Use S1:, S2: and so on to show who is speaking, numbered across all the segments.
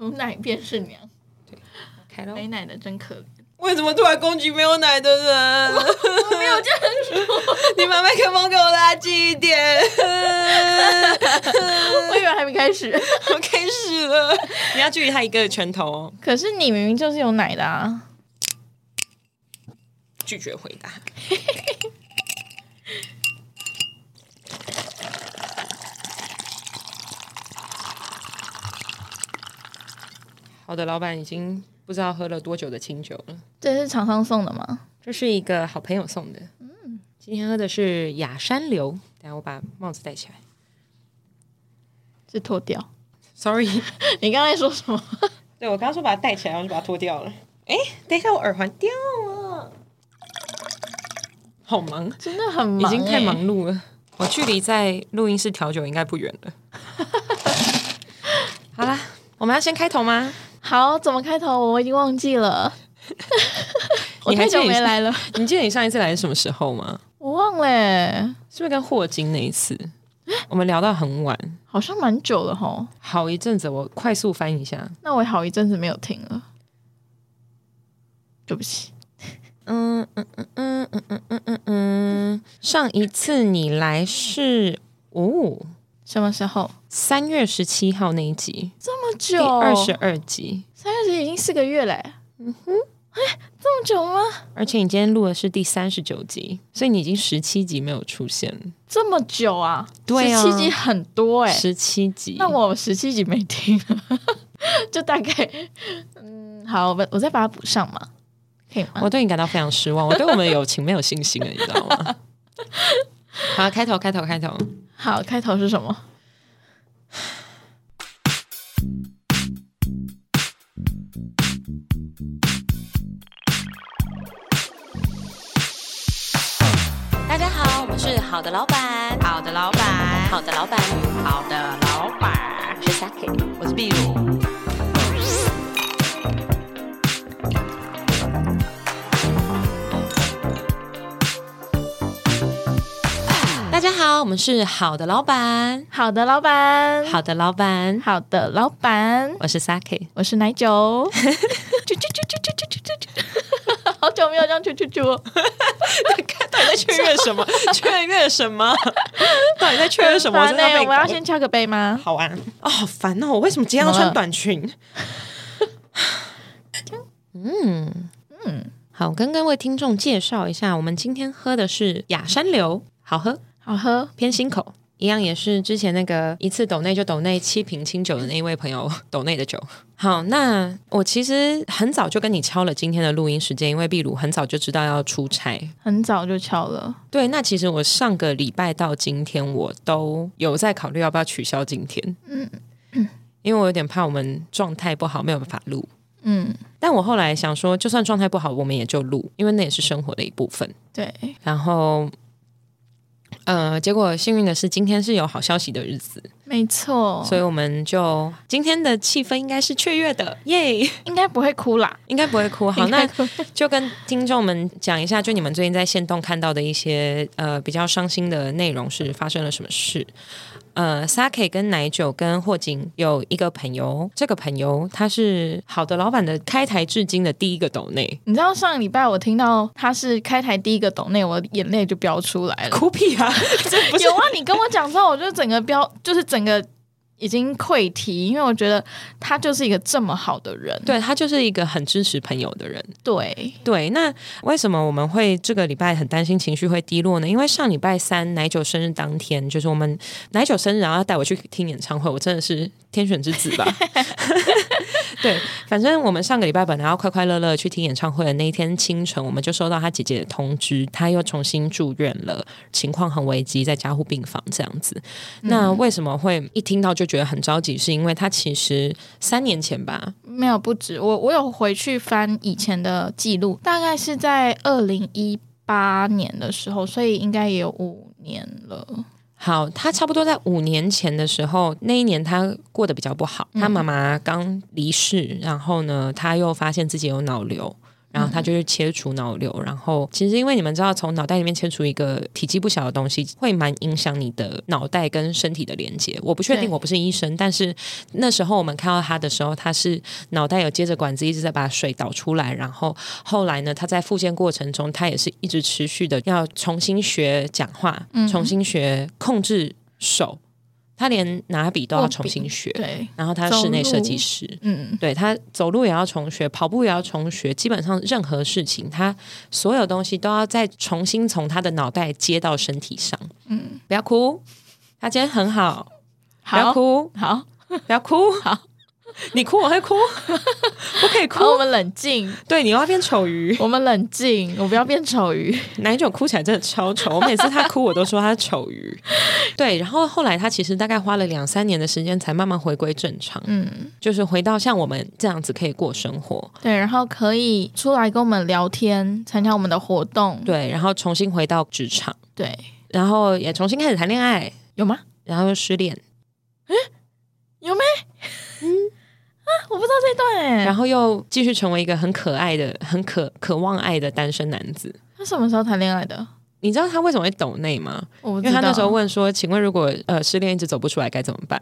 S1: 有奶便是娘，
S2: 开喽
S1: 没奶的真可怜。
S2: 哎为什么突然攻击没有奶的人？
S1: 我没有这样说，
S2: 你把麦克风给我拉近一 点。
S1: 我以为还没开始。
S2: 我开始了，你要距离他一个拳头哦。
S1: 可是你明明就是有奶的啊！
S2: 拒绝回答。 好的，老板已经不知道喝了多久的清酒了。
S1: 这是厂商送的吗？
S2: 这是一个好朋友送的。嗯，今天喝的是雅山流。等一下我把帽子戴起来。
S1: 是脱掉？
S2: Sorry，
S1: 你刚才说什么？
S2: 对我刚刚说把它戴起来，然后就把它脱掉了。哎，等一下我耳环掉了，好忙，
S1: 真的很
S2: 已
S1: 忙、欸，
S2: 经太忙碌了。我距离在录音室调酒应该不远了。好啦，我们要先开头吗？
S1: 好，怎么开头我已经忘记 了。我
S2: 你还
S1: 太久
S2: 记得
S1: 没来了，
S2: 你记得你上一次来是什么时候吗？
S1: 我忘了欸，
S2: 是不是跟霍金那一次？我们聊到很晚，
S1: 好像蛮久了吼。
S2: 好一阵子。我快速翻一下，
S1: 那我也好一阵子没有听了，对不起。
S2: 嗯嗯嗯嗯嗯嗯嗯嗯嗯，上一次你来是哦，
S1: 什么时候？
S2: 三月十七号那一集，
S1: 这么
S2: 第
S1: 久？
S2: 二十二集，
S1: 三月十已经四个月嘞、嗯哼，哎，这么久吗？
S2: 而且你今天录的是第三十九集，所以你已经十七集没有出现，
S1: 这么久啊？
S2: 对啊
S1: 十七集很多哎、
S2: 十七集。
S1: 那我十七集没听， 就大概嗯，好，我我再把它补上嘛，可以吗？
S2: 我对你感到非常失望，我对我们的友情没有信心了，你知道吗？ 好，开头，开头，开头。
S1: 好，开头是什么？
S2: 大家好，我们是好的老板，好的老板，好的老板，好的老板。我是 Saki，我是壁炉。大家好，我们是好的老板，
S1: 好的，老板，
S2: 好的老板，
S1: 好的，老板，
S2: 我是 Saki。
S1: 我是奶 酒，啾啾啾啾啾啾啾 啾，好久没有这样啾啾啾了，
S2: 到底在确认什 么？确认什么？到底在确认什么？我真的
S1: 烦欸
S2: 被
S1: 我们要
S2: 搞
S1: 先敲个杯吗？
S2: 好玩哦，好烦哦！我为什么今天要
S1: 怎么
S2: 穿
S1: 了
S2: 短裙？嗯嗯，好，跟各位听众介绍一下，我们今天喝的是雅山流，好喝，
S1: 好喝，
S2: 偏心口。一样也是之前那个一次抖内就抖内七瓶清酒的那一位朋友抖内的酒。好，那我其实很早就跟你敲了今天的录音时间，因为秘鲁很早就知道要出差，
S1: 很早就敲了，
S2: 对，那其实我上个礼拜到今天，我都有在考虑要不要取消今天，嗯，因为我有点怕我们状态不好没有办法录。
S1: 嗯，
S2: 但我后来想说，就算状态不好，我们也就录，因为那也是生活的一部分。
S1: 对，
S2: 然后，呃，结果幸运的是，今天是有好消息的日子，
S1: 没错，
S2: 所以我们就今天的气氛应该是雀跃的，耶、
S1: 应该不会哭啦。
S2: 应该不会哭。好，那
S1: 应该不会
S2: 就跟听众们讲一下，就你们最近在线动看到的一些呃比较伤心的内容是发生了什么事。呃，Sake 跟奶酒跟霍金有一个朋友，这个朋友他是好的老板的开台至今的第一个斗内，
S1: 你知道上礼拜我听到他是开台第一个抖内，我眼泪就飙出来了。
S2: 哭屁 啊！这不是
S1: 有啊，你跟我讲之后，我就整个飙，就是整个已经溃堤，因为我觉得他就是一个这么好的人。
S2: 对他就是一个很支持朋友的人。
S1: 对，
S2: 对，那为什么我们会这个礼拜很担心情绪会低落呢？因为上礼拜三奶酒生日当天，就是我们奶酒生日，然后要带我去听演唱会，我真的是天选之子吧？对，反正我们上个礼拜本来要快快乐乐去听演唱会的那一天清晨，我们就收到他姐姐的通知，他又重新住院了，情况很危机，在加护病房这样子。那为什么会一听到就觉得很着急？是因为他其实三年前吧，
S1: 没有不止，我我有回去翻以前的记录，大概是在二零一八年的时候，所以应该也有五年了。
S2: 好，他差不多在五年前的时候，那一年他过得比较不好，他妈妈刚离世，然后呢，他又发现自己有脑瘤。
S1: 嗯
S2: 然后他就去切除脑瘤，然后其实因为你们知道，从脑袋里面切除一个体积不小的东西，会蛮影响你的脑袋跟身体的连接。我不确定，
S1: 对
S2: 我不是医生，但是那时候我们看到他的时候，他是脑袋有接着管子一直在把水导出来，然后后来呢，他在复健过程中，他也是一直持续的要重新学讲话，
S1: 嗯
S2: 重新学控制手，他连拿笔都要
S1: 握
S2: 重
S1: 笔
S2: 新学。
S1: 对，
S2: 然后他是室内设计师，
S1: 嗯，
S2: 对他走路也要重学，跑步也要重学，基本上任何事情，他所有东西都要再重新从他的脑袋接到身体上。嗯，不要哭，他今天很好，不要
S1: 好
S2: 哭，
S1: 好，
S2: 不要 哭，好，你哭我会哭， 不可以哭
S1: 好，，我们冷静，
S2: 对，你又要变丑鱼，
S1: 我们冷静，我不要变丑鱼。
S2: 哪一种哭起来真的超丑，我每次他哭我都说他是丑鱼。对，然后后来他其实大概花了两三年的时间才慢慢回归正常，
S1: 嗯，
S2: 就是回到像我们这样子可以过生活。
S1: 对，然后可以出来跟我们聊天，参加我们的活动。
S2: 对，然后重新回到职场，
S1: 对，啊
S2: 然后也重新开始谈恋爱，
S1: 有吗？
S2: 然后又失恋，
S1: 有没？嗯啊，我不知道这段哎、
S2: 然后又继续成为一个很可爱的、很可渴望爱的单身男子。
S1: 他什么时候谈恋爱的？
S2: 你知道他为什么会抖内吗？
S1: 我不
S2: 因
S1: 知
S2: 为
S1: 道。
S2: 他那时候问说：“请问如果呃失恋一直走不出来该怎么办？”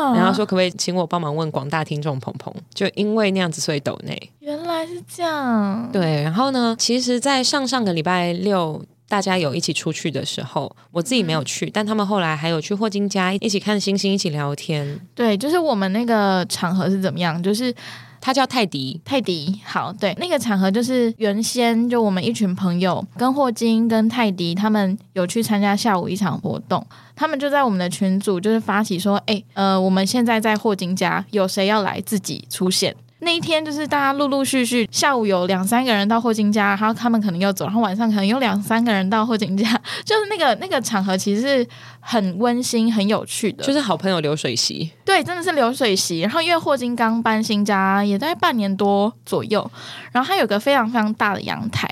S1: 啊，
S2: 然后说：“可不可以请我帮忙问广大听众鹏鹏？”就因为那样子，所以抖内。
S1: 原来是这样。
S2: 对，然后呢，其实，在上上个礼拜六。大家有一起出去的时候，我自己没有
S1: 嗯
S2: 去，但他们后来还有去霍金家一起看星星，一起聊天。
S1: 对，就是我们那个场合是怎么样？就是
S2: 他叫泰迪，
S1: 泰迪，好，对，那个场合就是原先就我们一群朋友跟霍金跟泰迪他们有去参加下午一场活动，他们就在我们的群组就是发起说，哎、呃，我们现在在霍金家，有谁要来自己出现？那一天就是大家陆陆续续，下午有两三个人到霍金家，然后他们可能又走，然后晚上可能有两三个人到霍金家，就是那个那个场合其实是很温馨、很有趣的，
S2: 就是好朋友流水席。
S1: 对，真的是流水席。然后因为霍金刚搬新家，也大概半年多左右，然后它有个非常非常大的阳台。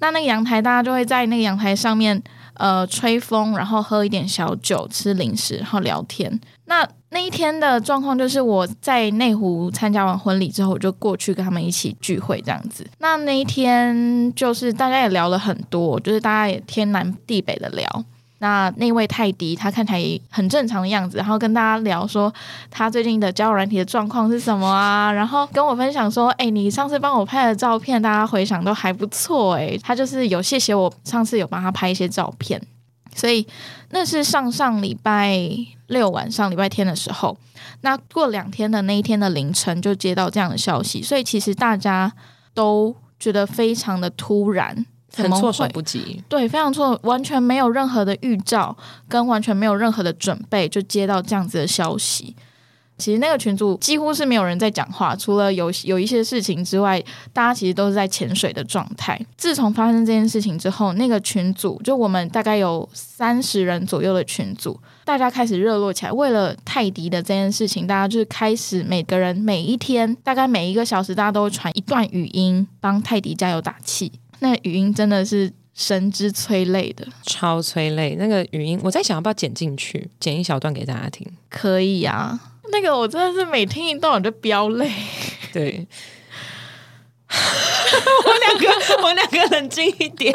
S1: 那那个阳台，大家就会在那个阳台上面，呃，吹风，然后喝一点小酒，吃零食，然后聊天。那那一天的状况就是，我在内湖参加完婚礼之后，我就过去跟他们一起聚会这样子。那那一天就是大家也聊了很多，就是大家也天南地北的聊。那那位泰迪，他看起来也很正常的样子，然后跟大家聊说他最近的交友软体的状况是什么啊，然后跟我分享说，哎、你上次帮我拍的照片，大家回想都还不错，哎，他就是有谢谢我上次有帮他拍一些照片，所以那是上上礼拜六晚上礼拜天的时候，那过两天的那一天的凌晨就接到这样的消息，所以其实大家都觉得非常的突然。
S2: 很
S1: 怎么
S2: 措手
S1: 会
S2: 不及。
S1: 对，非常错，完全没有任何的预兆，跟完全没有任何的准备，就接到这样子的消息。其实那个群组几乎是没有人在讲话，除了有有一些事情之外，大家其实都是在潜水的状态。自从发生这件事情之后，那个群组就我们大概有三十人左右的群组，大家开始热络起来。为了泰迪的这件事情，大家就是开始每个人每一天大概每一个小时，大家都会传一段语音帮泰迪加油打气。那语音真的是神之催泪的，
S2: 超催泪。那个语音，我在想要不要剪进去，剪一小段给大家听。
S1: 可以啊。那个我真的是每听一段我就飙泪，
S2: 对， 我两个，我两个冷静一点。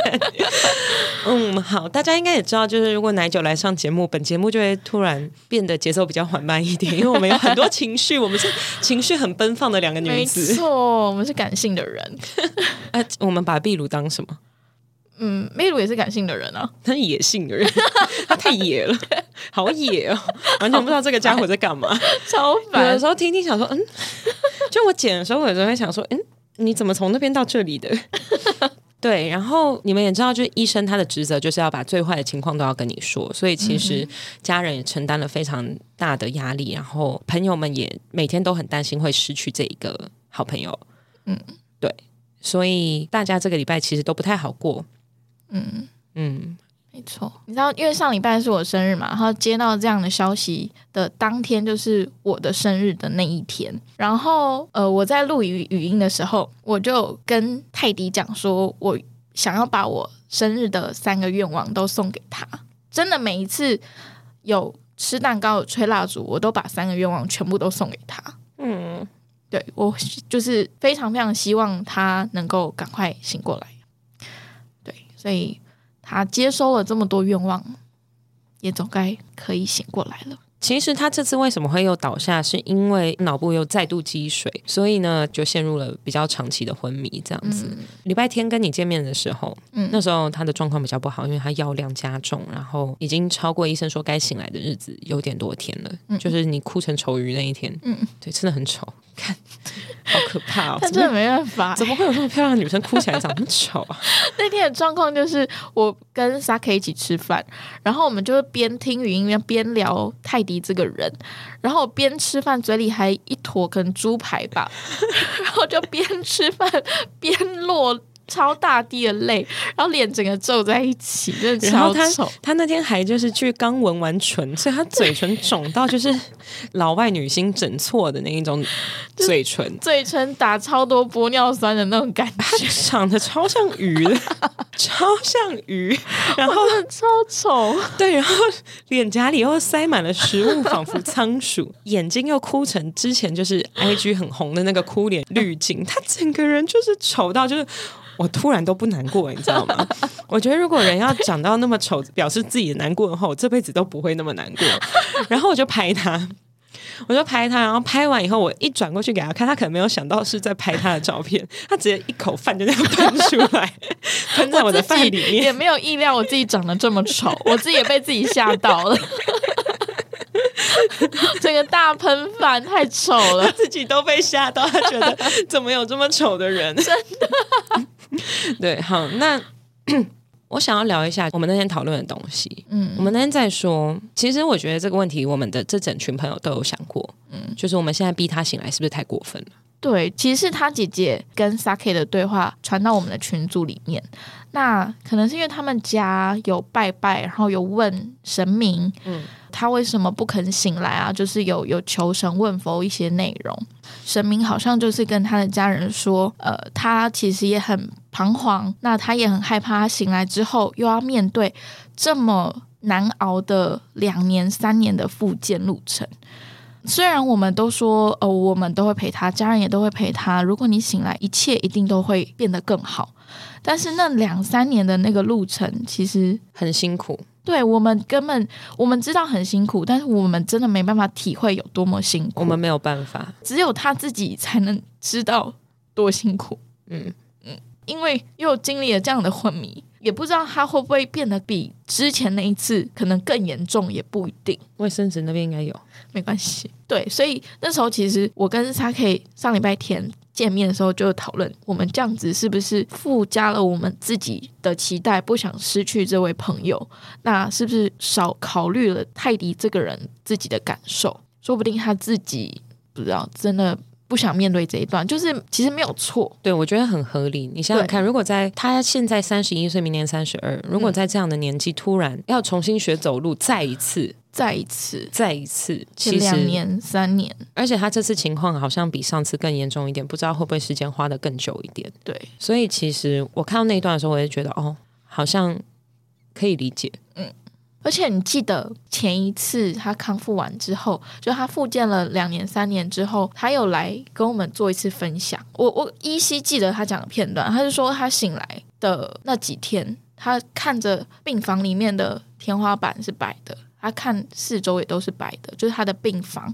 S2: 嗯，好，大家应该也知道，就是如果奶酒来上节目，本节目就会突然变得节奏比较缓慢一点，因为我们有很多情绪，我们是情绪很奔放的两个女
S1: 没
S2: 子。
S1: 错，我们是感性的人，
S2: 啊，我们把秘鲁当什么？
S1: 嗯，秘鲁也是感性的人啊，
S2: 他是野性的人，他太野了，好野哦，完全不知道这个家伙在干嘛。
S1: 超
S2: 有的
S1: 烦
S2: 时，候听听想说，嗯， 就我剪的时候，我有时候会想说，嗯，你怎么从那边到这里的？ 对，然后你们也知道，就是医生他的职责就是要把最坏的情况都要跟你说，所以其
S1: 嗯
S2: 实家人也承担了非常大的压力，然后朋友们也每天都很担心会失去这一个好朋友。嗯
S1: 嗯，
S2: 对，所以大家这个礼拜其实都不太好过。
S1: 嗯，
S2: 嗯，
S1: 没错。你知道，因为上礼拜是我生日嘛，然后接到这样的消息的当天就是我的生日的那一天。然后呃，我在录语语音的时候，我就跟泰迪讲说，我想要把我生日的三个愿望都送给他。真的，每一次有吃蛋糕、有吹蜡烛，我都把三个愿望全部都送给他。
S2: 嗯，
S1: 对我就是非常非常希望他能够赶快醒过来。对，所以他接收了这么多愿望，也总该可以醒过来了。
S2: 其实他这次为什么会又倒下，是因为脑部又再度积水，所以呢就陷入了比较长期的昏迷这样子。礼拜天跟你见面的时候，
S1: 嗯
S2: 那时候他的状况比较不好，因为他药量加重，然后已经超过医生说该醒来的日子有点多天了，
S1: 嗯
S2: 就是你哭成丑鱼那一天，
S1: 嗯，
S2: 对，真的很丑，看，好可 怕哦！
S1: 但
S2: 怎
S1: 这
S2: 么
S1: 没办法。
S2: 怎么会有那么漂亮的女生哭起来长那么丑啊？
S1: 那天的状况就是，我跟 Saki 一起吃饭，然后我们就边听语音边聊泰迪这个人，然后我边吃饭嘴里还一坨可能猪排吧， 然后就边吃饭边落超大滴的泪，然后脸整个皱在一起，真的
S2: 然后
S1: 超
S2: 他
S1: 丑。
S2: 他那天还就是去刚纹完唇，所以他嘴唇肿到就是老外女星整错的那一种嘴唇，
S1: 嘴唇打超多玻尿酸的那种感
S2: 他
S1: 觉，
S2: 长得超像鱼 的，超像 鱼。然后
S1: 真的超丑。
S2: 对，然后脸颊里又塞满了食物，仿佛仓鼠，眼睛又哭成之前就是 I G 很红的那个哭脸滤镜，他整个人就是丑到就是。我突然都不难过，你知道吗？ 我觉得如果人要长到那么丑，表示自己难过的话，我这辈子都不会那么难过。然后我就拍他，我就拍他，然后拍完以后，我一转过去给他看，他可能没有想到是在拍他的照片，他直接一口饭就这样喷出来，喷在我的饭
S1: 自
S2: 里
S1: 己
S2: 面
S1: 也。没有意料我自己长得这么 丑，我自己也被自己吓到了。 整个大喷饭太丑了，
S2: 自己都被吓到，他觉得怎么有这么丑的人？ 真的。 对，好，那 我想要聊一下我们那天讨论的东西。
S1: 嗯
S2: 我们那天在说，其实我觉得这个问题，我们的这整群朋友都有想过。嗯，就是我们现在逼他醒来，是不是太过分了？
S1: 对，其实是他姐姐跟 Saki 的对话传到我们的群组里面，那可能是因为他们家有拜拜，然后有问神明，
S2: 嗯
S1: 他为什么不肯醒来啊？就是有有求神问佛一些内容，神明好像就是跟他的家人说，呃，他其实也很彷徨，那他也很害怕，他醒来之后又要面对这么难熬的两年三年的复健路程。虽然我们都说，呃，我们都会陪他，家人也都会陪他。如果你醒来，一切一定都会变得更好。但是那两三年的那个路程，其实
S2: 很辛苦。
S1: 对我们根本我们知道很辛苦，但是我们真的没办法体会有多么辛苦。
S2: 我们没有办法。
S1: 只有他自己才能知道多辛苦，
S2: 嗯，
S1: 因为又经历了这样的昏迷，也不知道他会不会变得比之前那一次可能更严重，也不一定。
S2: 卫生纸那边应该有。
S1: 没关系。对，所以那时候其实我跟 s a K 上礼拜天见面的时候就讨论，我们这样子是不是附加了我们自己的期待，不想失去这位朋友？那是不是少考虑了泰迪这个人自己的感受？说不定他自己不知道，真的不想面对这一段，就是其实没有错。
S2: 对，我觉得很合理。你想想看，如果在他现在三十一岁，明年三十二，如果在这样的年纪突然要重新学走路，再一次，
S1: 再一次，
S2: 再一次，
S1: 前
S2: 其实
S1: 两年、三年，
S2: 而且他这次情况好像比上次更严重一点，不知道会不会时间花得更久一点。
S1: 对，
S2: 所以其实我看到那一段的时候，我就觉得哦，好像可以理解。
S1: 而且你记得前一次他康复完之后，就他复健了两年三年之后，他有来跟我们做一次分享。我我依稀记得他讲的片段，他就说他醒来的那几天，他看着病房里面的天花板是白的，他看四周也都是白的，就是他的病房。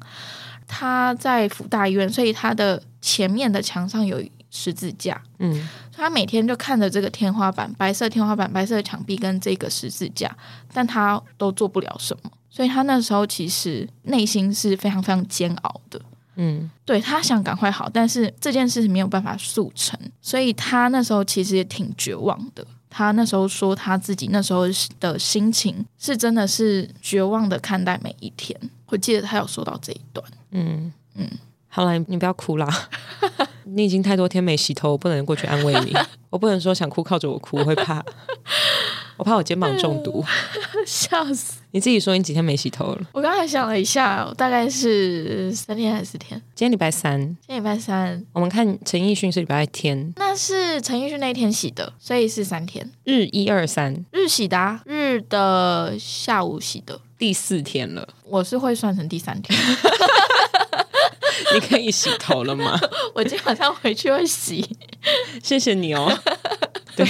S1: 他在福大医院，所以他的前面的墙上有十字架。
S2: 嗯，
S1: 所以他每天就看着这个天花板，白色天花板、白色的墙壁跟这个十字架，但他都做不了什么。所以他那时候其实内心是非常非常煎熬的。
S2: 嗯，
S1: 对他想赶快好，但是这件事情没有办法速成，所以他那时候其实也挺绝望的。他那时候说他自己那时候的心情是真的是绝望的看待每一天。我记得他有说到这一段，
S2: 嗯嗯，好了，你你不要哭啦，你已经太多天没洗头，我不能过去安慰你，我不能说想哭靠着我哭，我会怕，我怕我肩膀中毒。
S1: 笑死！
S2: 你自己说你几天没洗头了？
S1: 我刚才想了一下，我大概是三天还是四天？
S2: 今天礼拜三，
S1: 今天礼拜三，
S2: 我们看陈奕迅是礼拜天，
S1: 那是陈奕迅那一天洗的，所以是三天。
S2: 日一二三，
S1: 日洗的、啊，日的下午洗的，
S2: 第四天了，
S1: 我是会算成第三天。
S2: 你可以洗头了吗？
S1: 我今天晚上回去会洗。
S2: 谢谢你 哦。对，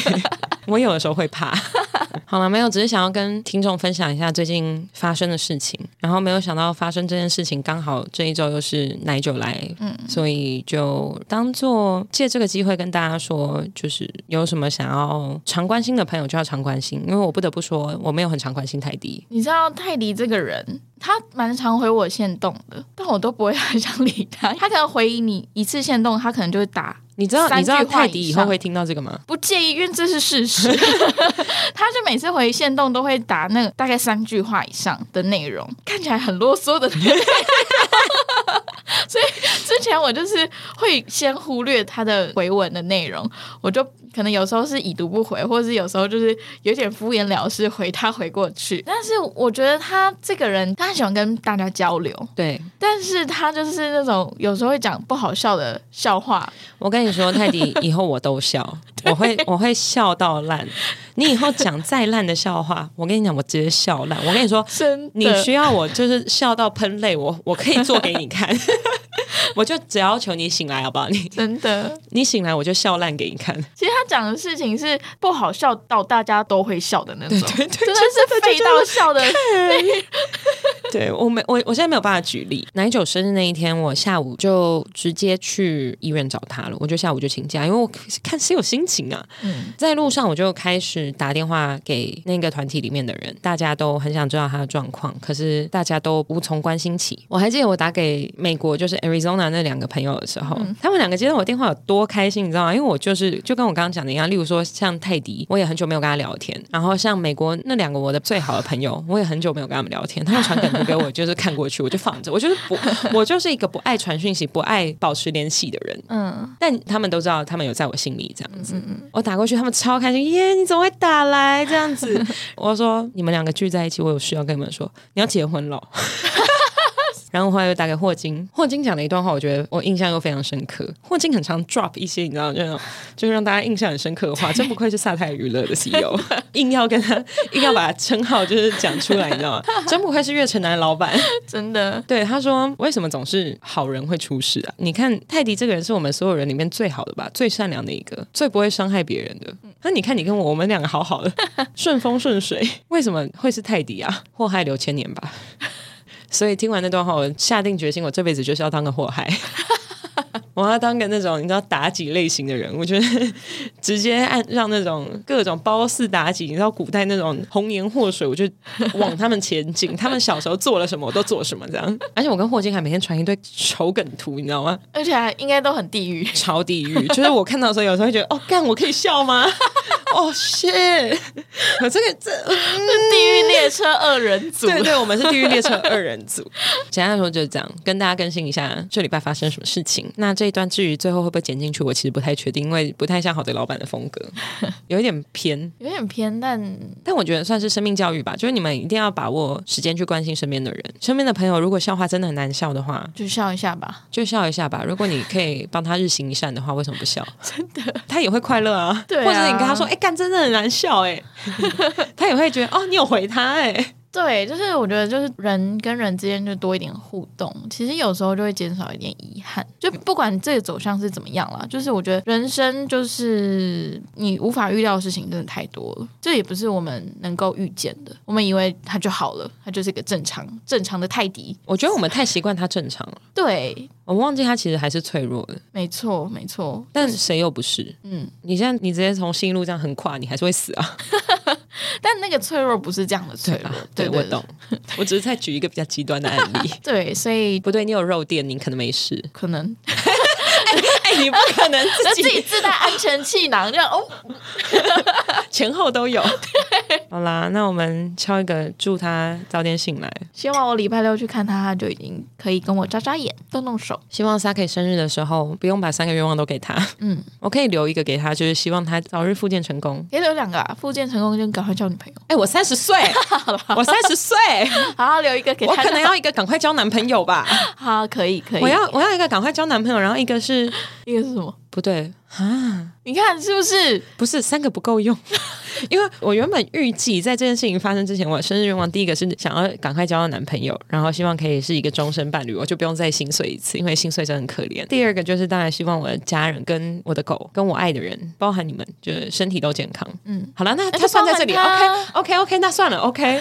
S2: 我有的时候会怕。 好了，没有，只是想要跟听众分享一下最近发生的事情。然后没有想到发生这件事情，刚好这一周又是奶酒来，嗯，所以就当做借这个机会跟大家说，就是有什么想要常关心的朋友就要常关心，因为我不得不说，我没有很常关心泰迪。
S1: 你知道泰迪这个人，他蛮常回我线动的，但我都不会很想理他。他可能回你一次线动，他可能就会打。
S2: 你知道
S1: 三
S2: 你知道
S1: 句话
S2: 泰迪以后
S1: 上
S2: 会听到这个吗？
S1: 不介意，因为这是事 实。他就每次回线动都会打那个大概三句话以上的内容， 看起来很啰嗦的内容。所以之前我就是会先忽略他的回文的内容，我就可能有时候是已读不回，或者是有时候就是有点敷衍了事回他回过去。 但是我觉得他这个人，他很喜欢跟大家交流，
S2: 对，
S1: 但是他就是那种有时候会讲不好笑的笑话，
S2: 我跟你说，泰迪，以后我都笑，我会我会笑到烂。你以后讲再烂的笑话，我跟你讲，我直接笑烂。我跟你说，
S1: 真
S2: 你
S1: 的
S2: 需要我就是笑到喷泪，我我可以做给你看。 我就只要求你醒来，好不好？你
S1: 真的。
S2: 你醒来，我就笑烂给你看。
S1: 其实他讲的事情是不好笑到大家都会笑的那种，
S2: 对
S1: 真
S2: 对
S1: 的是废到笑的。
S2: 对 我没我我现在没有办法举例。奶酒生日那一天，我下午就直接去医院找他了，我就下午就请假，因为我看谁有心情啊。
S1: 嗯
S2: 在路上我就开始打电话给那个团体里面的人，大家都很想知道他的状况，可是大家都无从关心起。我还记得我打给美国就是 Arizona 那两个朋友的时候，他们两个接到我电话有多开心，你知道吗？因为我就是就跟我刚刚讲的一样，例如说像泰迪，我也很久没有跟他聊天，然后像美国那两个我的最好的朋友，我也很久没有跟他们聊天，他们传梗图给我就是看过去，我就放着，我就是不， 我就是一个不爱传讯息、不爱保持联系的人。
S1: 嗯，
S2: 但他们都知道，他们有在我心里这样子。我打过去，他们超开心，耶！你怎么会打来这样子？我说你们两个聚在一起，我有事要跟你们说，你要结婚了。 然后后来又打给霍金，霍金讲了一段话，我觉得我印象又非常深刻。霍金很常 drop 一些你知道，就那种就是让大家印象很深刻的话，真不愧是萨泰娱乐的 CEO，硬要跟他硬要把称号就是讲出来，你知道吗？真不愧是月城南老板。
S1: 真的，
S2: 对，他说：“为什么总是好人会出事啊？你看泰迪这个人是我们所有人里面最好的吧，最善良的一个，最不会伤害别人的。那你看你跟我，我们两个好好的， 顺风顺水，为什么会是泰迪啊？祸害留千年吧。”所以听完那段话，我下定决心，我这辈子就是要当个祸害。 我要当个那种你知道妲己类型的人，我觉得直接按让那种各种褒姒妲己，你知道古代那种红颜祸水，我就 往他们前进。他们小时候做了什么，我都做什么这样。而且我跟霍金还每天传一堆丑梗图，你知道吗？
S1: 而且还应该都很地狱。
S2: 超地狱。就是我看到的时候，有时候会觉得，哦，干，我可以笑吗？ 哦，shit，我这个这。
S1: 地狱列车二人组，
S2: 对对，我们是地狱列车二人组。简单来说就是这样，跟大家更新一下这礼拜发生什么事情。那这一段至于最后会不会剪进去，我其实不太确定，因为不太像好的老板的风格，有一点偏。
S1: 有点偏，但
S2: 但我觉得算是生命教育吧，就是你们一定要把握时间去关心身边的人。身边的朋友如果笑话真的很难笑的话，
S1: 就笑一下吧。
S2: 就笑一下吧。如果你可以帮他日行一善的话，为什么不笑？ 真的，他也会快乐啊。
S1: 对啊
S2: 或者你跟他说，哎、干，真的很难笑、 哎，他也会觉得，哦，你有回他、哎，
S1: 对，就是我觉得就是人跟人之间就多一点互动，其实有时候就会减少一点遗憾。就不管这个走向是怎么样啦，就是我觉得人生就是你无法预料的事情真的太多了，这也不是我们能够预见的。我们以为他就好了，他就是一个正常正常的泰迪。
S2: 我觉得我们太习惯他正常了，
S1: 对，
S2: 我们忘记他其实还是脆弱的。
S1: 没错，没错。
S2: 但谁又不是？
S1: 嗯
S2: 嗯，你现在你直接从新路这样横跨，你还是会死啊！
S1: 但那个脆弱不是这样的脆弱
S2: 啊，
S1: 对。
S2: 对，我懂。，我只是在举一个比较极端的案 例
S1: 对，所以
S2: 不对，你有肉垫，你可能没事。
S1: 可 能
S2: 哎、你不可能
S1: 那
S2: 自
S1: 自己
S2: 己
S1: 自带安全气囊，这样哦，
S2: 前后都有。好啦，那我们敲一个，祝他早点醒来。
S1: 希望我礼拜六去看他，他就已经可以跟我眨眨眼、动动手。
S2: 希望 Saki 生日的时候，不用把三个愿望都给他。
S1: 嗯，
S2: 我可以留一个给他，就是希望他早日复健成功。
S1: 可以留两个、啊，复健成功就赶快交女朋友。
S2: 哎、我三十岁， 我三十 岁，
S1: 好，留一个给
S2: 我
S1: 他。
S2: 可能要一个赶快交男朋友吧。
S1: 好，可以可以。
S2: 我要我要一个赶快交男朋友，然后一个是
S1: 一个是什么？
S2: 不对，
S1: 你看是不是？
S2: 不是三个不够 用，因为我原本预计在这件事情发生之前，我生日愿望第一个是想要赶快交到男朋友，然后希望可以是一个终身伴侣，我就不用再心碎一次，因为心碎真的很可怜。第二个就是当然希望我的家人跟我的狗跟我爱的人，包含你们，就是身体都健康。嗯，好了，那
S1: 那
S2: 他
S1: 就
S2: 算在这里
S1: 包含他
S2: ，OK OK OK，那算了，OK，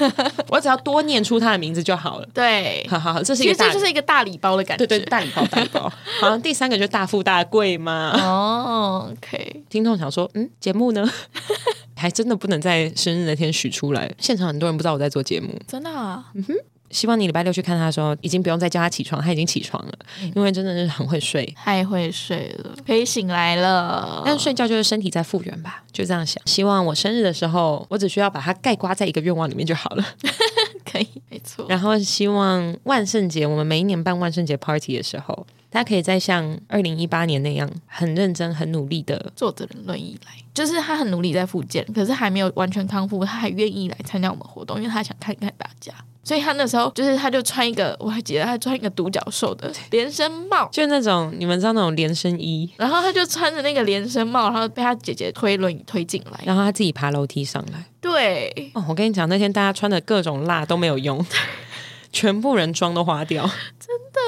S2: 我 只要多念出他的名字就好了。
S1: 对，
S2: 好好好，这是一
S1: 其
S2: 个
S1: 实
S2: 大
S1: 这就是一个大礼包的感觉。
S2: 对对大礼包大礼包。 好，第三个就是大富大贵嘛。
S1: 哦，OK，
S2: 听众想说，嗯，节目呢？ 还真的不能在生日那天许出来。现场很多人不知道我在做节目。
S1: 真的啊，
S2: 希望你礼拜六去看他的时候，已经不用再叫他起床，他已经起床了，因为真的是很会睡。
S1: 太会睡了，可以醒来了。
S2: 但睡觉就是身体在复原吧，就这样想。希望我生日的时候，我只需要把它盖刮在一个愿望里面就好了。
S1: 可以，没错。
S2: 然后希望万圣节，我们每一年办万圣节 party 的时候，大家可以再像二零一八年那样，很认真、很努力的
S1: 作者人论以来，就是他很努力在复健，可是还没有完全康复，他还愿意来参加我们活动，因为他想看看大家。所以他那时候就是，他就穿一个，我还记得他穿一个独角兽的连身帽，
S2: 就那种你们知道那种连身衣，
S1: 然后他就穿着那个连身帽，然后被他姐姐推轮椅推进来。
S2: 然后他自己爬楼梯上来。
S1: 对
S2: 哦，我跟你讲，那天大家穿的各种辣都没有用， 全部人妆都花掉。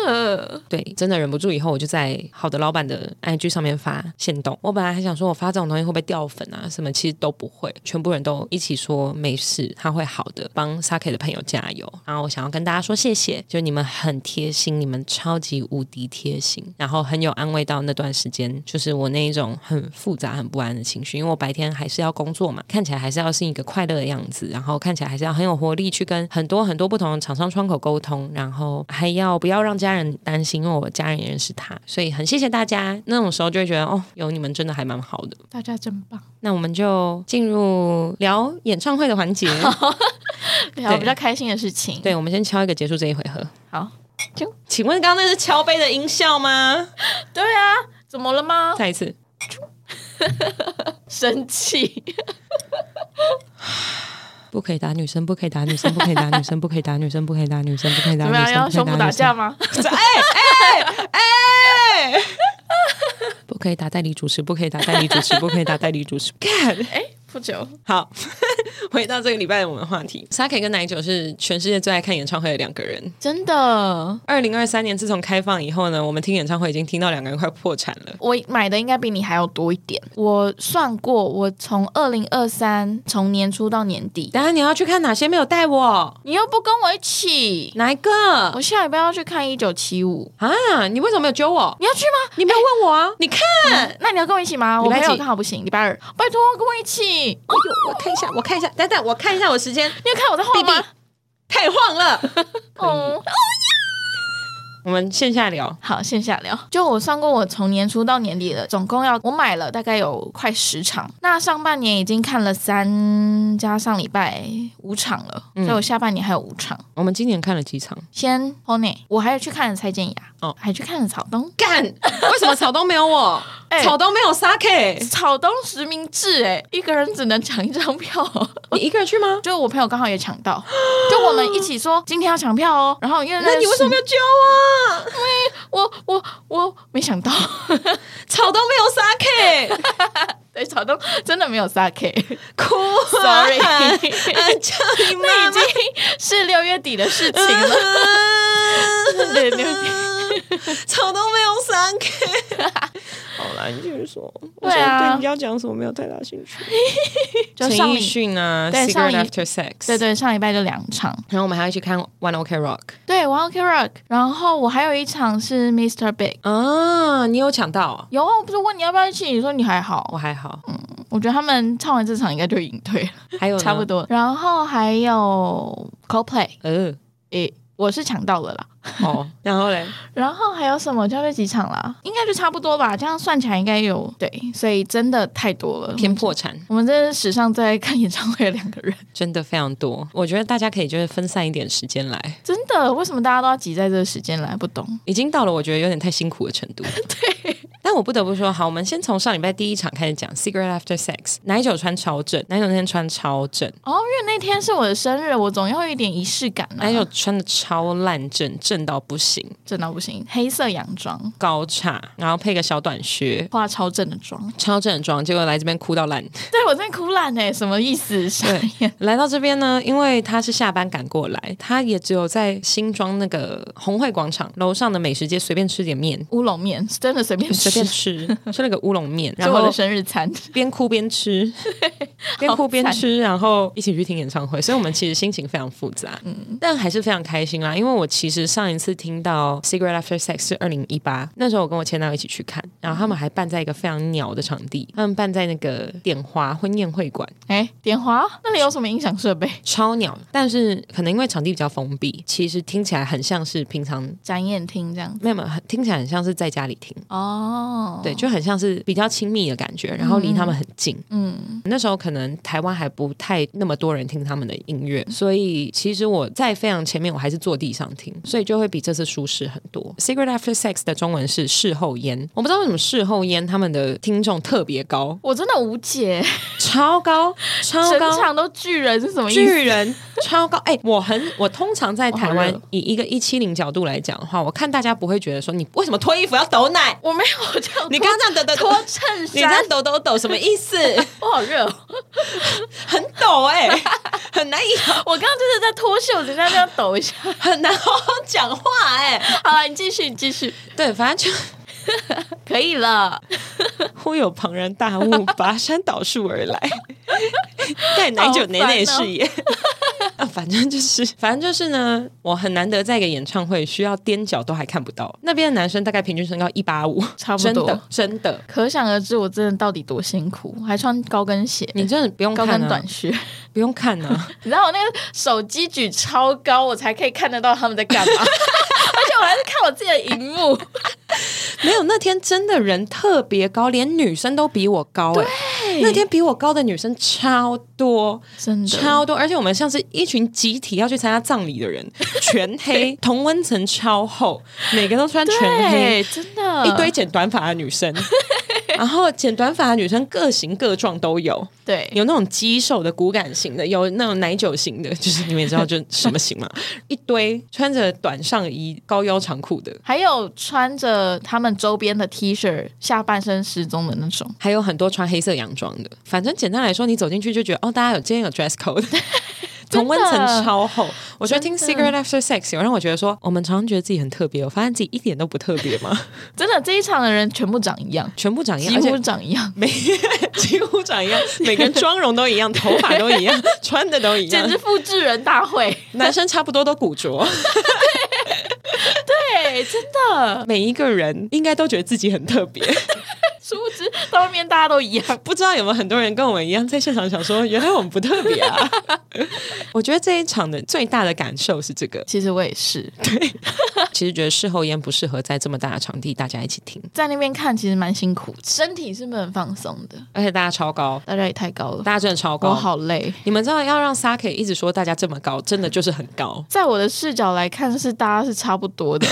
S1: 的，
S2: 对，真的忍不住以后，我就在好的老板的 IG 上面发限动。我本来还想说我发这种东西会不会掉粉啊什么，其实都不会，全部人都一起说没事，他会好的，帮 Saki 的朋友加油。然后我想要跟大家说谢谢，就你们很贴心，你们超级无敌贴心，然后很有安慰到那段时间，就是我那一种很复杂、很不安的情绪，因为我白天还是要工作嘛，看起来还是要是一个快乐的样子，然后看起来还是要很有活力去跟很多很多不同的厂商窗口沟通，然后还要不要让家人担心，因为我家人也认识他，所以很谢谢大家。那种时候就会觉得哦，有你们真的还蛮好的。
S1: 大家真棒，
S2: 那我们就进入聊演唱会的环节，
S1: 聊比较开心的事情。，
S2: 对，我们先敲一个结束这一回合。
S1: 好，啾
S2: 请问刚刚那是敲杯的音效吗？
S1: 对啊，怎么了吗？
S2: 再一次。
S1: 生气，
S2: 不可以打女生，不可以打女生，不可以打女生，不可以打女生，不可以打女生，不可以打
S1: 怎
S2: 哎女
S1: 么
S2: 啊
S1: 样？
S2: 生，
S1: 要
S2: 不可以
S1: 胸部打
S2: 女生
S1: 架？吗？
S2: 哎不可以打代理主持，不可以打代理主持，不可以打代理主持。干
S1: 哎，不久，
S2: 好， 回到这个礼拜我们的话题，Saki 跟奶酒是全世界最爱看演唱会的两个人。
S1: 真的，
S2: 二零二三年自从开放以后呢，我们听演唱会已经听到两个人快破产了。
S1: 我买的应该比你还要多一点。我算过，我从二零二三从年初到年底，
S2: 等一下你要去看哪些没有带我？
S1: 你又不跟我一起。
S2: 哪一个
S1: 我下礼拜要去看一九七五，
S2: 啊？你为什么没有揪我？
S1: 你要去吗？
S2: 你没有问我啊？你看，
S1: 那你要跟我一起吗？
S2: 礼
S1: 我
S2: 拜
S1: 没
S2: 几
S1: 有，刚好不行。礼拜二，拜托跟我一起。
S2: 哎呦，我看一下，我看一下，等等，我看一下我时间，
S1: 你有看我在画吗？
S2: 太晃了。
S1: 哦，
S2: 我们线下聊，
S1: 好，线下聊。就我算过，我从年初到年底了，总共要我买了大概有快十场。那上半年已经看了三，加上礼拜五场了，
S2: 嗯
S1: 所以我下半年还有五场。
S2: 我们今年看了几场？
S1: 先 Pony，我还有去看了蔡健雅，
S2: 哦
S1: 哦，还去看了草东，
S2: 干，为什么草东没有 我？
S1: 哎
S2: 草东没有 Saki，
S1: 草东实名制，哎，一个人只能抢一张票。
S2: 你一个人去吗？
S1: 就我朋友刚好也抢 到，就我们一起说今天要抢票哦。然后因为
S2: 那你为什么没有揪啊？
S1: 我我我没想到，
S2: 草东没有 Saki，
S1: 对草东真的没有撒 K，
S2: 哭啊
S1: Sorry
S2: 啊叫你
S1: 那
S2: 妈
S1: 已经是六月底的事情 了。
S2: 妈。
S1: 对对
S2: 草东没有 Saki。好 啦，你继续说。
S1: 对啊
S2: 我觉得要讲什么没有太大兴趣。
S1: 就
S2: 陈
S1: 上
S2: 奕
S1: 礼
S2: 迅啊
S1: 对上
S2: ，Secret
S1: 一
S2: After Sex。
S1: 对。对上礼拜就两场，
S2: 然后我们还要去看 One OK Rock。
S1: 对 w a l k Rock，然后我还有一场是 Mr. Big。
S2: 啊，你有抢到？
S1: 有啊，我不是问你要不要一起，你说你还好
S2: 我，还好，
S1: 我觉得他们唱完这场应该就隐退了，
S2: 还有呢
S1: 差不，多。然后还有 CoPlay，
S2: 呃，
S1: 诶，我是抢到了啦。
S2: 哦， 然后嘞，
S1: 然后还有什么就那几场啦，应该就差不多吧。这样算起来应该有对，所以真的太多了，
S2: 偏破产
S1: 我们这是史上最爱看演唱会的两个人，
S2: 真的非常多，我觉得大家可以就是分散一点时间来，
S1: 真的，为什么大家都要挤在这个时间来？不懂。
S2: 已经到了我觉得有点太辛苦的程度。 对，但我不得不说，好，我们先从上礼拜第一场开始讲《Secret After Sex》，奶酒穿超正，奶酒那天穿超正，
S1: 哦，因为那天是我的生日，我总要有一点仪式感啊。
S2: 奶酒穿的超烂正，正到不行，
S1: 正到不行，黑色洋装，
S2: 高叉，然后配个小短靴。
S1: 化超正的妆，
S2: 超正的妆，结果来这边哭到烂。
S1: 对我真的哭烂哎、什么意思？傻眼。
S2: 来到这边呢，因为他是下班赶过来，他也只有在新庄那个红会广场楼上的美食街随便吃点面，
S1: 乌龙面真的随便吃，
S2: 随便吃， 吃了个乌龙面，
S1: 是
S2: 然
S1: 我
S2: 后
S1: 的生日餐。
S2: 边哭边 吃，边哭边吃，然后一起去听演唱会，所以我们其实心情非常复杂，
S1: 嗯
S2: 但还是非常开心啦。因为我其实上一次听到《Secret After Sex》是二零一八，那时候我跟我前男友一起去看，然后他们还办在一个非常鸟的场地，他们办在那个点华婚宴会馆，
S1: 哎、点华那里有什么音响设备？
S2: 超鸟，但是可能因为场地比较封闭，其实听起来很像是平常
S1: 展演厅这样子
S2: 没有没有，很听起来很像是在家里听。
S1: 哦。
S2: 对，就很像是比较亲密的感觉，然后离他们很近。
S1: 嗯，
S2: 那时候可能台湾还不太那么多人听他们的音乐，所以其实我在非常前面，我还是坐地上听，所以就会比这次舒适很多。Secret After Sex 的中文是事后烟，我不知道为什么事后烟他们的听众特别高，
S1: 我真的无解，
S2: 超高，超
S1: 整
S2: 高，
S1: 场都巨人是什么意思？
S2: 巨人超高，哎、我很我通常在台
S1: 我好哦
S2: 湾
S1: 热
S2: 以一个一七零角度来讲的话，我看大家不会觉得说你为什么脱衣服要抖奶，
S1: 我没有这样，
S2: 你刚刚这样抖抖
S1: 脱
S2: 抖，
S1: 衬
S2: 你这样
S1: 衫，
S2: 抖抖抖什么意 思？
S1: 我好热哦、
S2: 很抖哎、很难以
S1: 我刚刚就是在脱袖子，在那样抖一下。
S2: 很难好好讲话哎、
S1: 好啊了，你继续，你继续，
S2: 对，反正就
S1: 可以了。
S2: 忽有庞然大物拔山倒树而来， 盖奶酒奶奶是也。 啊，反正就是，反正就是呢，我很难得在一个演唱会需要踮脚都还看不到。那边的男生大概平均身高一八五，
S1: 差不多
S2: 真的真的，
S1: 可想而知，我真的到底多辛苦，还穿高跟鞋、
S2: 你真的不用
S1: 高
S2: 看、啊、
S1: 跟短靴。
S2: 不用看 啊，
S1: 你知道我那个手机举超高，我才可以看得到他们在干 嘛。而且我还是看我自己的荧 幕，
S2: 没有那天真的人特别高，连女生都比我高哎、那天比我高的女生超多，
S1: 真
S2: 超多，而且我们像是一群集体要去参加葬礼的人，全黑，同温层超厚，每个都穿全黑
S1: 对，，真的，
S2: 一堆剪短发的女生，然后剪短发的女生各形各状都有，
S1: 对，
S2: 有那种肌瘦的骨感型的，有那种奶酒型的，就是你们也知道这什么型嘛，一堆穿着短上衣、高腰长裤的。
S1: 还有穿着他们周边的 T 恤，下半身失踪的那种。
S2: 还有很多穿黑色洋装的，反正简单来说，你走进去就觉得哦，大家有今天有 dress code，同温层超厚。我觉得听 Secret After Sex 有让我觉得说，我们常常觉得自己很特别，我发现自己一点都不特别嘛，
S1: 真的，这一场的人全部长一样，
S2: 全部长一样，
S1: 几
S2: 而且
S1: 乎长一样，
S2: 每几乎长一样，每个人妆容都一样，头发都 一样，穿的都一
S1: 简
S2: 样
S1: 直，复制人大会。
S2: 男生差不多都古着，
S1: 对，真的，
S2: 每一个人应该都觉得自己很特 别。
S1: 殊不知到外面大家都一样。
S2: 不知道有没有很多人跟我们一样，在现场想说，原来我们不特别啊。 我觉得这一场的最大的感受是这个，
S1: 其实我也是，
S2: 其实觉得事后烟不适合在这么大的场地大家一起听，
S1: 在那边看其实蛮辛苦，身体是不能放松的，
S2: 而且大家超高，
S1: 大家也太高了，
S2: 大家真的超
S1: 我
S2: 高。
S1: 好累。
S2: 你们知道要让 Saki 一直说大家这么高，真的就是很高。
S1: 在我的视角来看，是大家是差不多 的，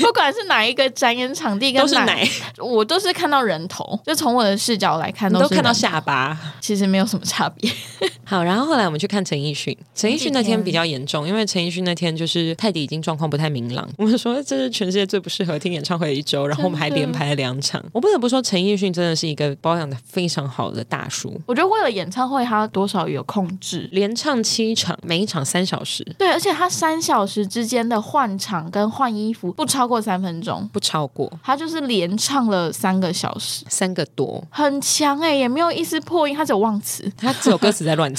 S1: 不管是哪一个展演场地跟
S2: 都是
S1: 哪
S2: 奶，
S1: 我都是看到人头，就从我的视角来看
S2: 你
S1: 都
S2: 都
S1: 是
S2: 看到
S1: 人，
S2: 下巴。
S1: 其实没有什么差别。
S2: 好，然后后来我们去看陈奕迅，陈奕迅那天比较严重，因为陈奕迅那天就是泰迪已经状况不太明朗。 我们说这是全世界最不适合听演唱会的一周，然后我们还连排了两场。我不得不说，陈奕迅真的是一个保养的非常好的大叔，
S1: 我觉得为了演唱会，他多少有控制。
S2: 连唱七场，每一场三小时，
S1: 对，而且他三小时之间的换场跟换衣服不超过三分钟，
S2: 不超过
S1: 他就是连唱了三个小时，欸
S2: 三个多。
S1: 很强哎、也没有一丝破音，他只有忘词。
S2: 他只有歌词在乱 唱。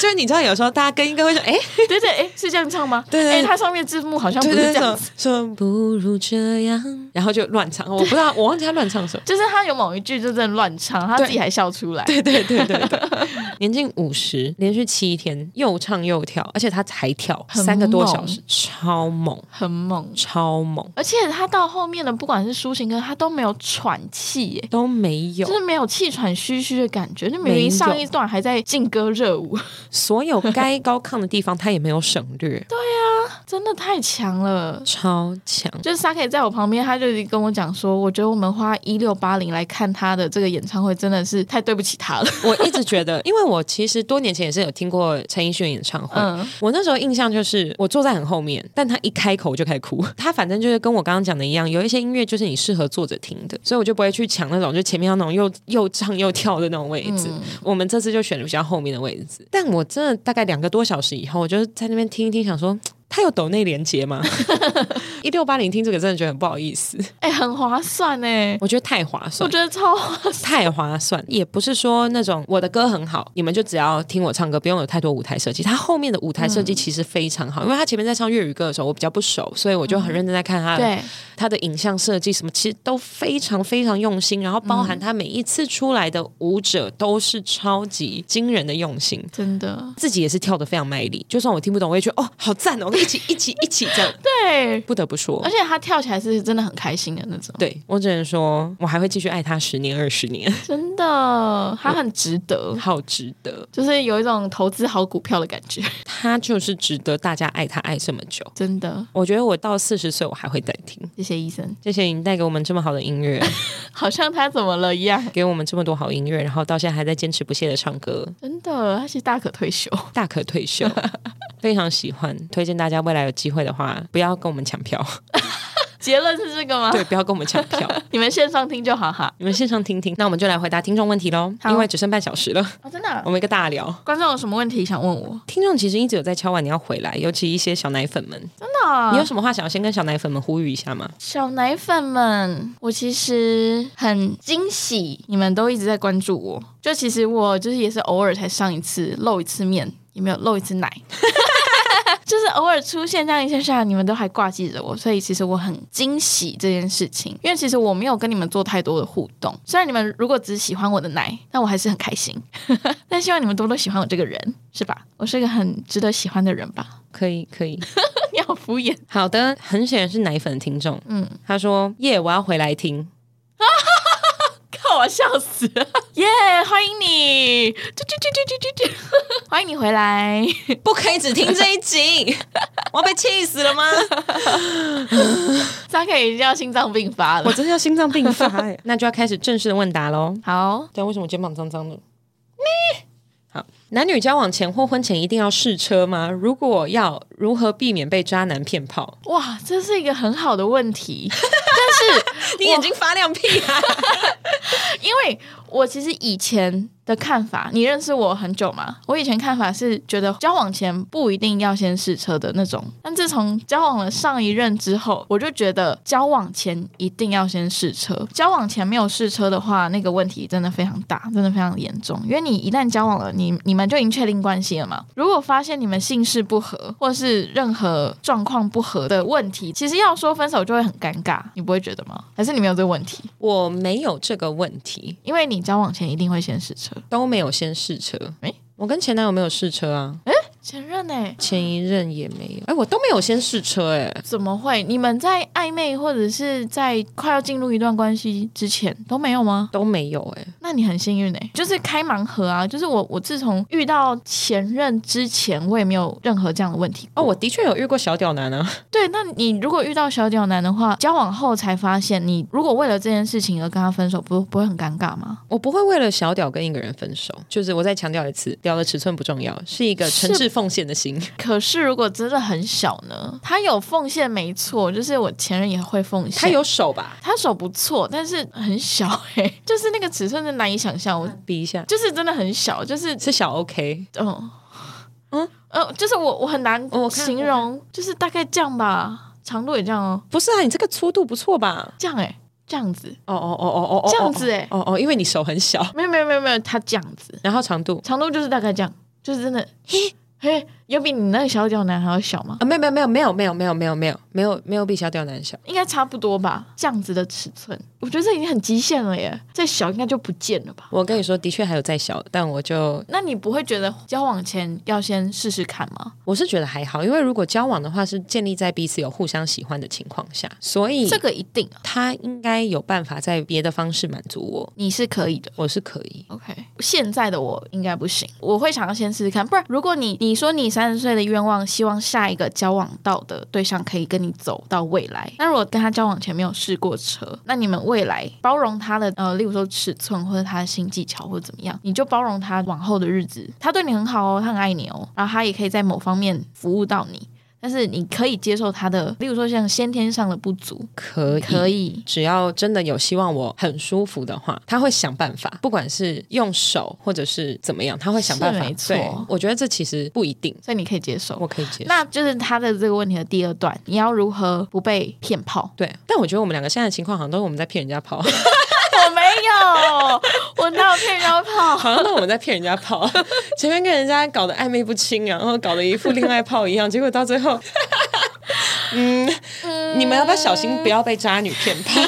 S2: 就是你知道，有时候大家跟一个会说，哎、
S1: 对对，哎，是这样唱吗？
S2: 对对
S1: 哎，它上面字幕好像不
S2: 对
S1: 是
S2: 对
S1: 这
S2: 对，
S1: 样
S2: 说
S1: 子，
S2: 说不如这样，然后就乱唱。我不知道，我忘记他乱唱 什么。
S1: 就是他有某一句就在乱唱，他
S2: 对
S1: 自己还笑出来。
S2: 对对对对对， 年近五十，连续七天又唱又跳，而且他才跳
S1: 很
S2: 三个多小
S1: 猛
S2: 时，超猛
S1: 很猛。
S2: 超猛，
S1: 而且他到后面的，不管是抒情歌，他都没有喘气耶，
S2: 都没有
S1: 就是没有气喘吁吁的感觉。就明
S2: 没有
S1: 明上一段还在劲歌热舞，
S2: 所有该高亢的地方，他也没有省 略，
S1: 真的太强了。
S2: 超强。
S1: 就是 Saki 在我旁边，他就一直跟我讲说，我觉得我们花一六八零来看他的这个演唱会，真的是太对不起他了。
S2: 我一直觉得，因为我其实多年前也是有听过陈奕迅演唱会，
S1: 嗯，
S2: 我那时候印象就是我坐在很后面，但他一开口就开始哭。 他反正就是跟我刚刚讲的一样，有一些音乐就是你适合坐着听的，所以我就不会去抢那种就前面要那种又又唱又跳的那种位置。我们这次就选了比较后面的位置，但我真的大概两个多小时以后，我就是在那边听一听，想说。他有抖内连接吗？ 一六八零听这个真的觉得很不好意思，
S1: 哎、很划算哎，
S2: 我觉得太划
S1: 我
S2: 算，
S1: 觉得超划算。
S2: 太划算。也不是说那种我的歌很好，你们就只要听我唱歌，不用有太多舞台设计。他后面的舞台设计其实非常好，因为他前面在唱粤语歌的时候，我比较不熟，所以我就很认真在看他的、
S1: 对，
S2: 他的影像设计什么，其实都非常非常用心。然后包含他每一次出来的舞者都是超级惊人的用心。
S1: 真的，
S2: 自己也是跳得非常卖力，就算我听不懂，我也觉得哦，好赞哦，一起一起一起这样。
S1: 对，
S2: 不得不说
S1: 而，且他跳起来是真的很开心的那种，
S2: 对我只能说，我还会继续爱他十年二十年，
S1: 真的，他很值得，
S2: 好值得。
S1: 就是有一种投资好股票的感觉，
S2: 他就是值得大家爱他爱这么久。
S1: 真的。
S2: 我觉得我到四十岁，我还会再听。
S1: 谢谢医生，
S2: 谢谢你带给我们这么好的音 乐，
S1: 好像他怎么了一样，
S2: 给我们这么多好音乐，然后到现在还在坚持不懈的唱歌，
S1: 真的，他是大可退休。
S2: 大可退 休，非常喜欢。推荐大家未来有机会的话，不要跟我们抢 票，
S1: 结论是这个吗？
S2: 对，不要跟我们抢票，
S1: 你们线上听就好哈。
S2: 你们线上听听。那我们就来回答听众问题喽，
S1: 好
S2: 因为只剩半小时了，
S1: 哦，真的啊、
S2: 我们一个大聊。
S1: 观众有什么问题想问我？
S2: 听众其实一直有在敲碗你要回来，尤其一些小奶粉们，
S1: 真的啊、
S2: 你有什么话想要先跟小奶粉们呼吁一下吗？
S1: 小奶粉们，我其实很惊喜，你们都一直在关注我。就其实我就是也是偶尔才上一次露一次面，也没有露一次奶， 就是偶尔出现这样一下下，你们都还挂记着我，所以其实我很惊喜这件事情。因为其实我没有跟你们做太多的互动，虽然你们如果只喜欢我的奶，但我还是很开心。 但希望你们多多喜欢我这个人，是吧？我是一个很值得喜欢的人吧？
S2: 可以，可以。
S1: 你好敷衍，
S2: 好的，很显然是奶粉的听众。嗯
S1: 嗯，
S2: 他说：“耶，我要回来听。
S1: 看我啊笑死了！耶、欢迎你！啾啾啾啾啾啾啾， 欢迎你回来！”
S2: 不可以只听这一集， 我要被气死了吗？
S1: 扎克已经要心脏病发
S2: 我
S1: 了。
S2: 真的要心脏病发哎！ 那就要开始正式的问答喽。
S1: 好，
S2: 对啊，为什么我肩膀脏脏的？咩好，男女交往前或婚前一定要试车吗？如果要，如何避免被渣男骗炮？
S1: 哇，这是一个很好的问题，但是
S2: 你眼睛发亮屁啊！
S1: 因为我其实以前的看法，你认识我很久嘛？我以前看法是觉得交往前不一定要先试车的那种，但自从交往了上一任之后，我就觉得交往前一定要先试车。交往前没有试车的话，那个问题真的非常大，真的非常严重。因为你一旦交往了，你你们就已经确定关系了嘛。如果发现你们性事不合，或是任何状况不合的问题，其实要说分手就会很尴尬，你不会觉得吗？还是你没有这个问题？
S2: 我没有这个问题，
S1: 因为你交往前一定会先试车。
S2: 都没有先试车。
S1: 诶
S2: 我跟前男友没有试车啊，
S1: 前任欸呢、
S2: 前一任也没有。哎、我都没有先试车哎、
S1: 怎么会？你们在暧昧或者是在快要进入一段关系之前都没有吗？
S2: 都没有哎、
S1: 那你很幸运呢、就是开盲盒啊！就是我，我自从遇到前任之前，我也没有任何这样的问题
S2: 哦，
S1: 过。
S2: 我的确有遇过小屌男啊，
S1: 对，那你如果遇到小屌男的话，交往后才发现，你如果为了这件事情而跟他分手，不不会很尴尬吗？
S2: 我不会为了小屌跟一个人分手，就是我再强调一次，屌的尺寸不重要，是一个诚挚奉献的心。
S1: 可是如果真的很小呢？他有奉献没错，就是我前任也会奉献，
S2: 他有手吧？
S1: 他手不错，但是很小 哎、就是那个尺寸真的难以想象。我
S2: 比一下，
S1: 就是真的很小，就是
S2: 是小 OK，
S1: 嗯
S2: 嗯
S1: 嗯呃，就是我我很难
S2: 哦我看
S1: 形容，就是大概这样吧，长度也这样哦，
S2: 不是啊？你这个粗度不错吧？
S1: 这样哎、这样子，
S2: 哦哦哦哦哦哦，
S1: 这样子欸
S2: 哦哦，因为你手很小，
S1: 没有没有没有没有，它这样子，
S2: 然后长度
S1: 长度就是大概这样，就是真的，嘿，嘿，有比你那个小脚男还要小吗？
S2: 啊，没有没有没有没有没有没有没有没有没有没有比小屌男小，
S1: 应该差不多吧，这样子的尺寸，我觉得这已经很极限了耶，再小应该就不见了吧？
S2: 我跟你说，的确还有再小，但我就
S1: 那你不会觉得交往前要先试试看吗？
S2: 我是觉得还好，因为如果交往的话是建立在彼此有互相喜欢的情况下，所以
S1: 这个一定啊，
S2: 他应该有办法在别的方式满足我，
S1: 你是可以的。
S2: 我是可以。
S1: OK，现在的我应该不行，我会想要先试试看。不然，如果你你说你三十岁的愿望，希望下一个交往到的对象可以跟你走到未来，那如果跟他交往前没有试过车，那你们未来包容他的呃，例如说尺寸或者他的新技巧或者怎么样，你就包容他往后的日子，他对你很好哦，他很爱你哦，然后他也可以在某方面服务到你，但是你可以接受他的，例如说像先天上的不足，
S2: 可以，
S1: 可以
S2: 只要真的有希望我很舒服的话，他会想办法，不管是用手或者是怎么样，他会想办法。
S1: 是没错
S2: 对我觉得这其实不一定，
S1: 所以你可以接受。
S2: 我可以接受。？
S1: 那就是他的这个问题的第二段，你要如何不被骗炮
S2: 对，但我觉得我们两个现在的情况好像都是我们在骗人家炮，
S1: 我没有，我哪有骗人炮？
S2: 好像都是我们在骗人家炮。前面跟人家搞得暧昧不清，然后搞得一副恋爱炮一样，结果到最后， 嗯，你们要不要小心不要被渣女骗炮？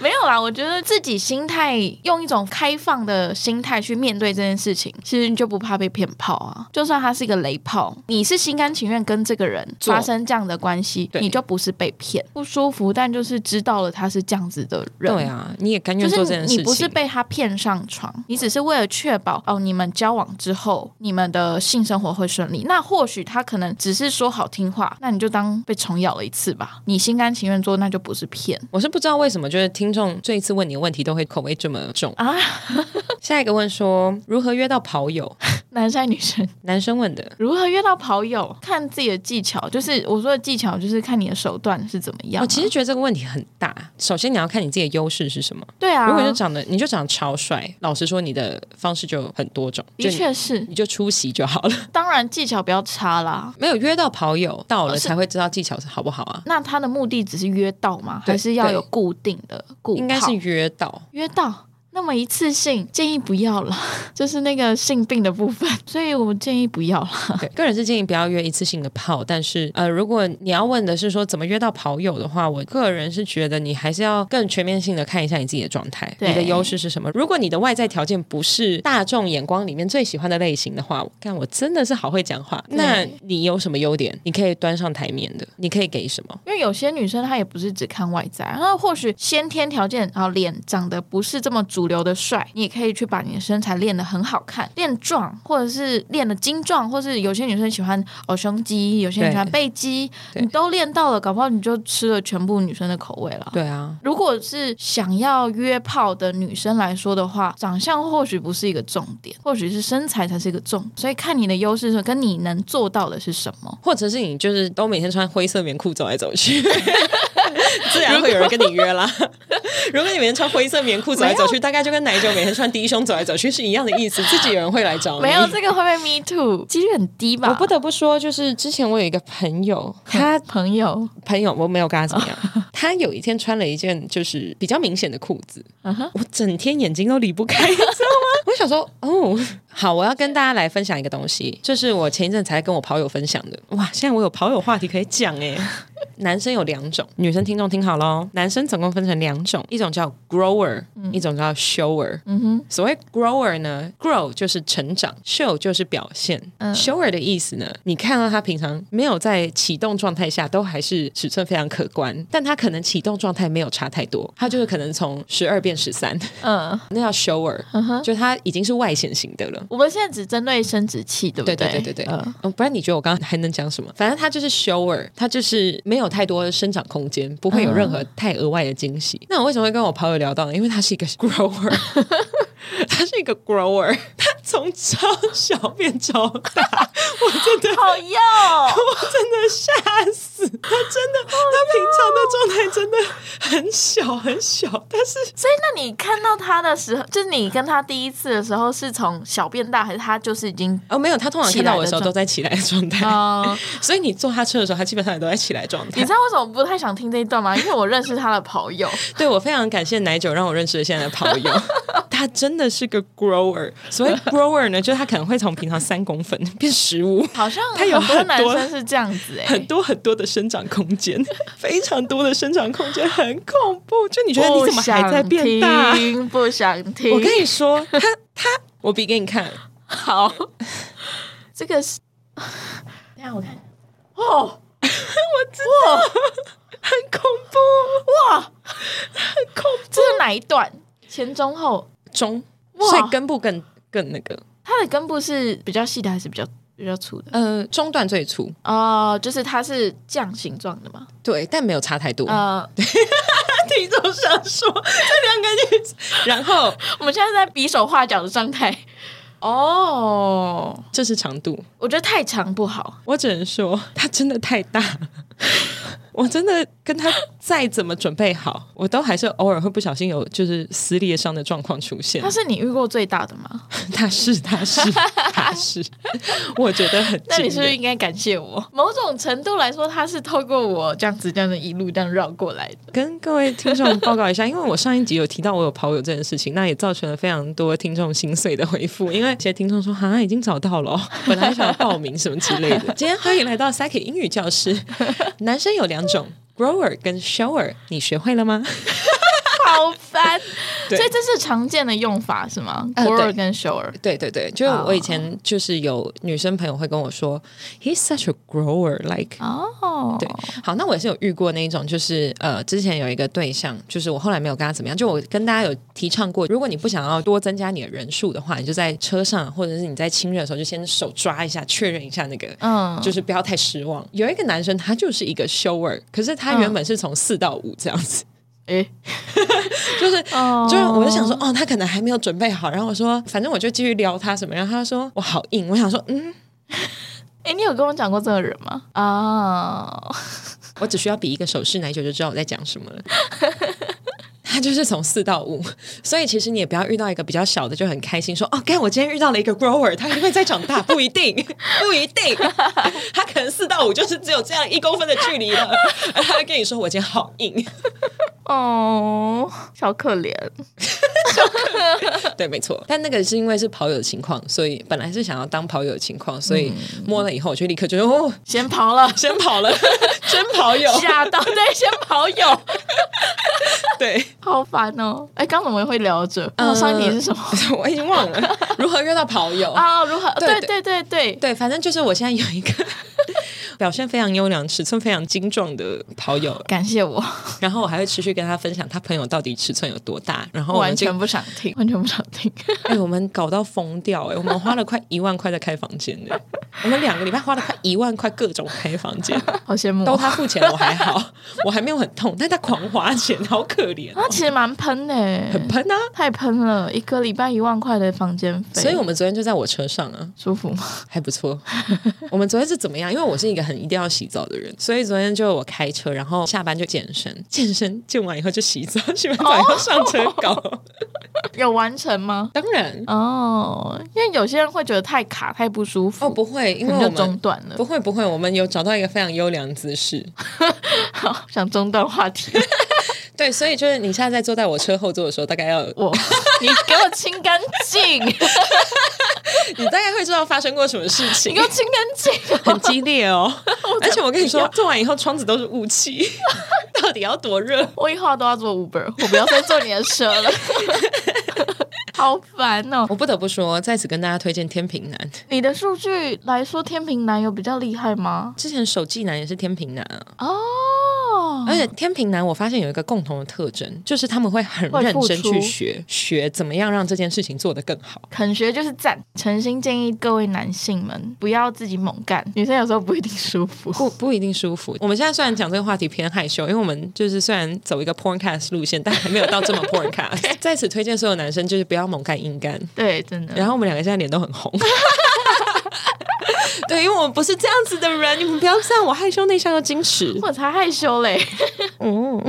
S1: 没有啦，我觉得自己心态用一种开放的心态去面对这件事情，其实你就不怕被骗炮啊。就算他是一个雷炮，你是心甘情愿跟这个人
S2: 做
S1: 发生这样的关系，
S2: 对
S1: 你就不是被骗，不舒服，但就是知道了他是这样子的人。
S2: 对啊，你也甘
S1: 就
S2: 愿做这件
S1: 是
S2: 事情，
S1: 你不是被他骗上床，你只是为了确保哦，你们交往之后，你们的性生活会顺利。那或许他可能只是说好听话，那你就当被虫咬了一次吧，你心甘情愿做，那就不是骗
S2: 我是不知道为什么，就是听众这一次问你的问题都会口味这么重。
S1: 啊。
S2: 下一个问说如何约到跑友，
S1: 男生女生
S2: 男生问的。
S1: 如何约到跑友，看自己的技巧，就是我说的技巧，就是看你的手段是怎么样啊、
S2: 我哦其实觉得这个问题很大。首先，你要看你自己的优势是什么。
S1: 对啊，
S2: 如果你就长得，你就长得超帅，老实说，你的方式就很多种。
S1: 的
S2: 就你，
S1: 确是，
S2: 你就出席就好了。
S1: 当然技巧不要差啦。
S2: 没有约到跑友，到了
S1: 哦是
S2: 才会知道技巧是好不好啊。
S1: 那他的目的只是约到吗？
S2: 对
S1: 还是要有固定的固
S2: 应该是
S1: 炮
S2: 约到，
S1: 约到。那么一次性建议不要了， 就是那个性病的部分， 所以我建议不要了。
S2: 对，个人是建议不要约一次性的炮，但是呃，如果你要问的是说怎么约到跑友的话，我个人是觉得你还是要更全面性的看一下你自己的状态，
S1: 对
S2: 你的优势是什么。如果你的外在条件不是大众眼光里面最喜欢的类型的话，看我真的是好会讲话，那你有什么优点？你可以端上台面的，你可以给什么？
S1: 因为有些女生她也不是只看外在，那或许先天条件，然后脸长得不是这么主流的帅，你也可以去把你的身材练得很好看，练壮，或者是练得精壮，或是有些女生喜欢哦胸肌，有些人喜欢
S2: 对
S1: 背肌，
S2: 对
S1: 你都练到了，搞不好你就吃了全部女生的口味了。
S2: 对啊，
S1: 如果是想要约炮的女生来说的话，长相或许不是一个重点，或许是身材才是一个重点。所以看你的优势是什么跟你能做到的是什么。
S2: 或者是你就是都每天穿灰色棉裤走来 走去。自然会有人跟你约啦。如果你每天穿灰色棉裤走来走去，大概就跟奶酒每天穿低胸走来走去是一样的意思。自己有人会来找你。
S1: 没有这个会被 me too，几率很低吧？
S2: 我不得不说，就是之前我有一个朋友，他
S1: 朋友，
S2: 朋友我没有跟他 怎么样，他有一天穿了一件就是比较明显的裤子，
S1: 嗯哼，
S2: 我整天眼睛都离不开，你知道吗？ 我想说，哦，好，我要跟大家来分享一个东西，这是我前一阵才跟我跑友分享的。哇，现在我有跑友话题可以讲 哎。男生有两种，女生听众听好喽。男生总共分成两种，一种叫 grower，、一种叫 shower。
S1: 嗯哼，
S2: 所谓 grower 呢，grow 就是成长，show 就是表现、
S1: 嗯
S2: s h o w e r 的意思呢，你看到他平常没有在启动状态下都还是尺寸非常可观，但他可能启动状态没有差太多，他就是可能从十二变十三，
S1: 嗯。
S2: 那叫 shower，、
S1: 嗯哼，
S2: 就他已经是外显型的了。
S1: 我们现在只针对生殖器，对不
S2: 对
S1: 对
S2: 对对对对，
S1: 嗯
S2: 嗯，不然你觉得我刚刚还能讲什么？反正他就是 shower，他就是没有太多生长空间，不会有任何太额外的惊喜。那我为什么会跟我朋友聊到呢？因为他是一个 grower，他是一个 grower，他从超小变超大，我真的
S1: 好哟，哎
S2: 哦我真的吓死！他真的，他平常的状态真的很小很小，但是
S1: 那你看到他的时候，就是你跟他第一次的时候，是从小变大，还是他就是已经？
S2: 哦没有，他通常看到我的时
S1: 起
S2: 候
S1: 来的状
S2: 都在起来的状态，
S1: 哦，
S2: 所以你坐他车的时候，他基本上也都在起来状
S1: 你
S2: 态
S1: 知。道为什么不太想听这一段吗？因为我认识他的朋友，
S2: 对我非常感谢奶酒让我认识了现在的朋 友，他真的是个 grower。所谓 grower 呢，就是他可能会从平常三公分变十 五，
S1: 好像
S2: 他有
S1: 很多
S2: 很
S1: 男
S2: 多
S1: 生是这样子哎、
S2: 很多很多的生长空 间，非常多的生长空间，很恐怖。就你觉得你怎么还在变大
S1: 不想？听，不想听。
S2: 我跟你说，他他，我比给你看，
S1: 好，这个是， 等一下我看，哦，
S2: 很恐怖哇，很恐
S1: 这是哪一段？前中后，
S2: 中，
S1: 哇
S2: 所以根部更更那个，
S1: 它的根部是比较细的还是比较比较粗的？
S2: 呃，中段最粗，
S1: 哦、就是它是酱形状的嘛？
S2: 对，但没有差太多。
S1: 呃，
S2: 听众想说这两个女，然后
S1: 我们现在是在比手画脚的状态。哦、
S2: 这是长度，
S1: 我觉得太长不好。
S2: 我只能说 它真的太大。我真的跟他再怎么准备好， 我都还是偶尔会不小心有就是撕裂伤的状况出现
S1: 它。是你遇过最大的吗？
S2: 他是他是他是，我觉得很
S1: 那
S2: 惊
S1: 你是不是
S2: 人。
S1: 应该感谢我？ 某种程度来说，它是透过我这样子、这样的一路这样绕过来的。
S2: 跟各位听众报告一下，因为我上一集有提到我有跑友这件事情，那也造成了非常多听众心碎的回复，因为有些听众说哈、已经找 到了哦，本来想要报名什么之类的。今天欢迎来到 Saki 英语教室，男生有两种，grower 跟 shower，你学会了吗？
S1: 好 烦。所
S2: 对
S1: 以这是常见的用法是吗
S2: 呃对
S1: ？grower 跟 shower。
S2: 对对对，就是
S1: 哦
S2: 我以前就是有女生朋友会跟我说，he's such a grower，like
S1: 哦，
S2: 对，好，那我也是有遇过那一种，就是呃，之前有一个对象，就是我后来没有跟他怎么样，就我跟大家有提倡过，如果你不想要多增加你的人数的话，你就在车上或者是你在亲热的时候，就先手抓一下，确认一下那个，
S1: 嗯
S2: 就是不要太失望。有一个男生，他就是一个 shower，可是他原本是从四到五这样 子，
S1: 诶，
S2: 就是。
S1: 哦
S2: 就是，我就想说，，哦，他可能还没有准备好，然后我说，反正我就继续撩他什么，然后他就说我好硬，我想说，嗯，
S1: 哎，你有跟我讲过这个人吗？哦，
S2: 我只需要比一个手势，奶酒就知道我在讲什么了。 他就是从四到五，所以其实你也不要遇到一个比较小的就很开心说哦，干我今天遇到了一个 grower，他一定会再长大，不一定， 不一定，他可能四到五就是只有这样一公分的距离了，而他会跟你说我今天好硬，
S1: 哦，小可怜，
S2: 对，没错。但那个是因为是跑友的情况，所以本来是想要当跑友的情况，所以摸了以后我就立刻觉得哦，，
S1: 先跑了
S2: 先跑了， 真跑友，
S1: 吓到， 对，先跑友，
S2: 对。
S1: 好烦哦。哎，刚怎么会聊着？
S2: 呃
S1: 哦，上一题是什么？
S2: 我已经忘了如何约到跑友
S1: 啊，如何？对
S2: 对
S1: 对对对，
S2: 对，反正就是我现在有 一个表现非常优良、尺寸非常精壮的跑 友，
S1: 感谢我，
S2: 然后我还会持续跟他分享他朋友到底尺寸有多大。然哦后我
S1: 完
S2: 们这
S1: 全不想听，完全不想听。
S2: 哎、我们搞到疯掉哎、我们花了快一万块在开房间 呢、我们两个礼拜花了快一万块各种开房 间，
S1: 好羡慕
S2: 都
S1: 哦。
S2: 他付钱我还好， 我还没有很痛，但他狂花钱，好可怜、哦
S1: 啊他其实蛮喷的，欸
S2: 很喷啊！
S1: 太喷了，一个礼拜一万块的房间费，
S2: 所以我们昨天就在我车上啊，
S1: 舒服吗？
S2: 还不错。 我们昨天是怎么样？因为我是一个很一定要洗澡的人，所以昨天就我开车，然后下班就健身， 健身健完以后就洗澡，洗完澡以后上车搞。
S1: 有完成吗？
S2: 当然
S1: 哦，因为有些人会觉得太卡、太不舒服，
S2: 哦，不会，因
S1: 可
S2: 为
S1: 能
S2: 我
S1: 就中
S2: 们
S1: 断了
S2: 不。会不会，我们有找到一个非常优良姿势。
S1: 好， 想中断话题，
S2: 对，所以就是你现在在坐在我车后座的时候，大概要
S1: 我你给我清干净，你
S2: 你大概会知道发生过什么事情
S1: 给。我清干净。
S2: 很激烈哦，而 且我跟你说，做完以后窗子都是雾气， 到底要多热？
S1: 我以后都要做 Uber，我不要再坐你的车了， 好烦哦。
S2: 我不得不说，在此跟大家推荐天平男。
S1: 你的数据来说，天平男有比较厉害吗？
S2: 之前手技男也是天平男啊，
S1: 哦，
S2: 而且天平男，我发现有一个共同的特征，就是他们会很
S1: 会
S2: 认
S1: 付
S2: 真
S1: 出
S2: 去学学怎么样让这件事情做得更好。
S1: 肯学就是赞，诚心建议各位男性们不要自己猛干，女生有时候不一定舒 服。
S2: 不不一定舒服。我们现在虽然讲这个话题偏害羞，因为我们就是虽然走一个 porncast 路线，但还没有到这么 porncast。在 此推荐所有男生，就是不要猛干硬干。
S1: 对，真的。
S2: 然后我们两个现在脸都很红。 对，因为我们不是这样子的人，你们不要这样，我害羞内向又矜持。
S1: 我才害羞嘞。
S2: 嗯，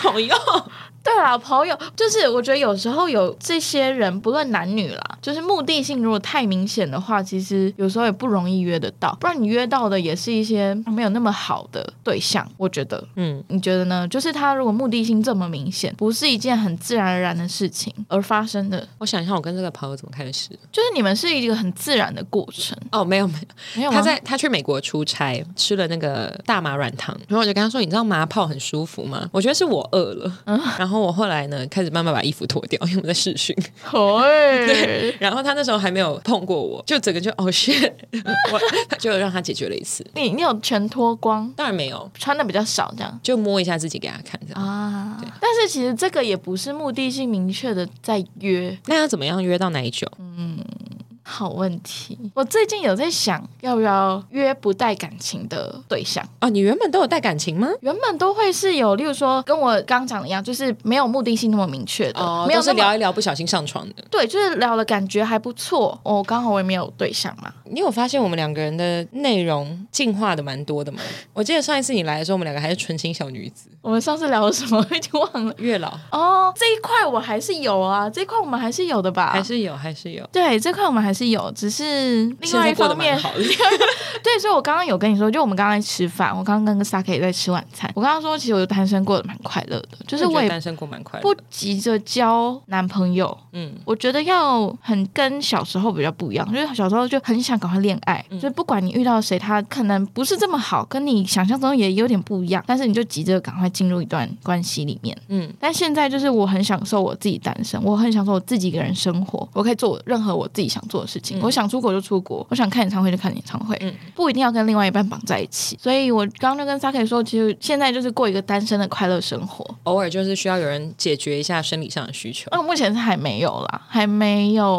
S2: 朋友，
S1: 对啦，朋友，就是我觉得有时候有这些人，不论男女啦，就是目的性如果太明显的话，其实有时候也不容易约得到。不然你约到的也是一些没有那么好的对象，我觉得。
S2: 嗯，
S1: 你觉得呢？就是他如果目的性这么明显，不是一件很自然而然的事情而发生的，
S2: 我想一下，我跟这个朋友怎么开始？
S1: 就是你们是一个很自然的过程，
S2: 哦，没有没有，
S1: 没有吗？
S2: 他在他去美国出差，吃了那个大麻软糖，然后我就跟他说：“你知道麻泡很舒服吗？”我觉得是我饿了，然后我后来呢开始慢慢把衣服脱掉，因为我们在试训。
S1: 对，
S2: 然后他那时候还没有碰过我，就整个就哦 shit，我 他就让他解决了一次，
S1: 你你有全脱光，
S2: 当然没有，
S1: 穿的比较少这样。
S2: 就摸一下自己给他看这样。
S1: 啊，但是其实这个也不是目的性明确的在约，
S2: 那要怎么样约到奶酒？
S1: 好问题。我最近有在想，要不要约不带感情的对象。
S2: 哦，你原本都有带感情吗？
S1: 原本都会是有，例如说跟我刚讲的一样，就是没有目的性那么明确的，
S2: 哦，
S1: 没有
S2: 都
S1: 那
S2: 是
S1: 么
S2: 聊一聊不小心上床的。
S1: 对，就是聊的感觉还不错。哦，刚好我也没有对象嘛，
S2: 你有发现我们两个人的内容进化的蛮多的吗？我记得上一次你来的时候，我们两个还是纯情小女子，
S1: 我们上次聊了什么已经忘了。
S2: 月老
S1: 哦，这一块我还是有啊，这一块我们还是有的吧，
S2: 还是有，还是有。
S1: 对这块我们还是有，只是另
S2: 现
S1: 外
S2: 在
S1: 一
S2: 过得
S1: 方面
S2: 蛮，好的，
S1: 对，所以我刚刚有跟你说，就我们刚刚在吃饭，我刚刚跟 Saki 在吃晚餐。我刚刚说，其实我单身过得蛮快乐的，就是
S2: 我
S1: 我
S2: 觉得
S1: 也
S2: 单身过蛮快乐
S1: 不
S2: 的。
S1: 急着交男朋友。
S2: 嗯，
S1: 我觉得要很跟小时候比较不一样，就是小时候就很想赶快恋爱，
S2: 嗯
S1: 就是不管你遇到谁，他可能不是这么好，跟你想象中也有点不一样，但是你就急着赶快进入一段关系里面。
S2: 嗯
S1: 嗯，但现在就是我很享受我自己单身，我很享受我自己一个人生活，我可以做我任何我自己想做的事
S2: 嗯
S1: 情，我想出国就出国，我想看演唱会就看演唱会，不一定要跟另外一半绑在一起。所以我刚刚就跟 Saki 说，其实现在就是过一个单身的快乐生活。
S2: 偶尔就是需要有人解决一下生理上的需 求。
S1: 那、目前是还没有啦，还没有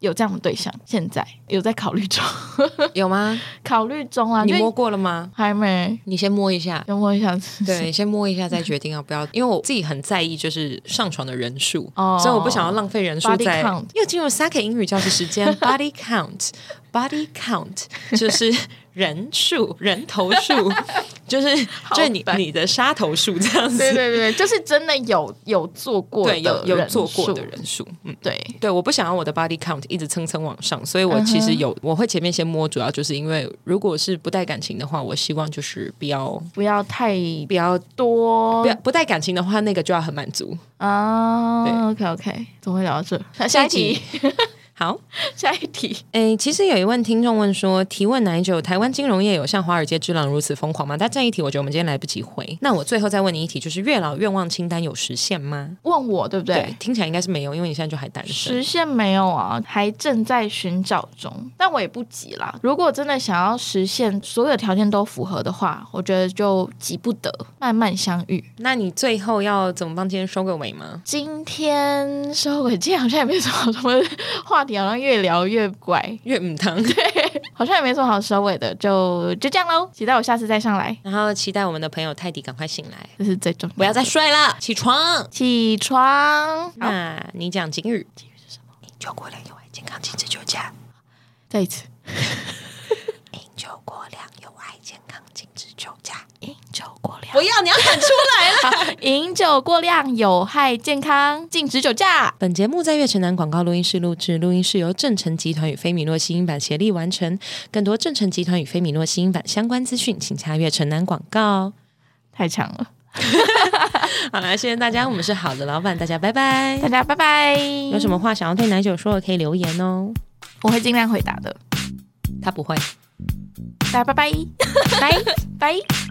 S1: 有这样的对象，现在有在考虑中，
S2: 有吗？
S1: 考虑中啊，
S2: 你摸
S1: 就
S2: 过了吗？
S1: 还没，
S2: 你先摸一下。
S1: 等我一下子。
S2: 对，先摸一下再决定要不要，因为我自己很在意就是上床的人数，
S1: 哦
S2: 所以我不想要浪费人数
S1: Body
S2: 在。
S1: count
S2: 又进入 Sake 英语教室时间，body count，body count 就是人 数、人头数，就是就是你
S1: 烦
S2: 你的杀头数这样 子。
S1: 对对对，就是真的有有做过的
S2: 对有有
S1: 人
S2: 做过
S1: 数
S2: 的，人数，嗯。
S1: 对，
S2: 对，我不想要我的 body count 一直蹭蹭往上，所以我其实有我会前面先摸，主要就是因为如果是不带感情的话，我希望就是不要
S1: 不要太
S2: 不要
S1: 多
S2: 不
S1: 哦
S2: 要不带感情的话，那个就要很满足。
S1: 啊。OK OK，怎么会聊到这？那下一题，
S2: 好，
S1: 下一题，
S2: 诶，其实有一位听众问说，提问奶酒，台湾金融业有像华尔街之狼如此疯狂吗？但这一题我觉得我们今天来不及回。那我最后再问你一题，就是月老愿望清单有实现吗？
S1: 问我对不对？
S2: 听起来应该是没有，因为你现在就还单身。
S1: 实现没有啊，还正在寻找中，但我也不急啦。如果真的想要实现所有条件都符合的话，我觉得就急不得，慢慢相遇。
S2: 那你最后要怎么帮今天收个尾吗？
S1: 今天收尾，今天好像也没什么好什么话题，好像越聊越怪，
S2: 月母堂。
S1: 好像也没什么好收尾的，就就这样喽。期待我下次再上来，
S2: 然后期待我们的朋友泰迪赶快醒来，
S1: 这是最重要的。
S2: 不要再睡了，起床。
S1: 起床，好，
S2: 那你讲警语，警语是什么？饮酒过量有害健康，禁止酒驾。
S1: 再一次。
S2: 饮酒过量有害健康，禁止酒驾。
S1: 饮酒过量，
S2: 不要，你要喊出来了。
S1: 饮酒过量有害健康，禁止酒驾。
S2: 本节目在月城南广告录音室录制，录音室由正成集团与飞米诺新音版协力完成。更多正成集团与飞米诺新音版相关资讯，请查阅城南广告。
S1: 太强了，
S2: 好啦，谢谢大家，我们是好的老板，大家拜拜
S1: 大。家拜拜。
S2: 有什么话想要对奶酒说的，可以留言哦。
S1: 我会尽量回答的。
S2: 他不会。
S1: 大家拜拜，拜拜。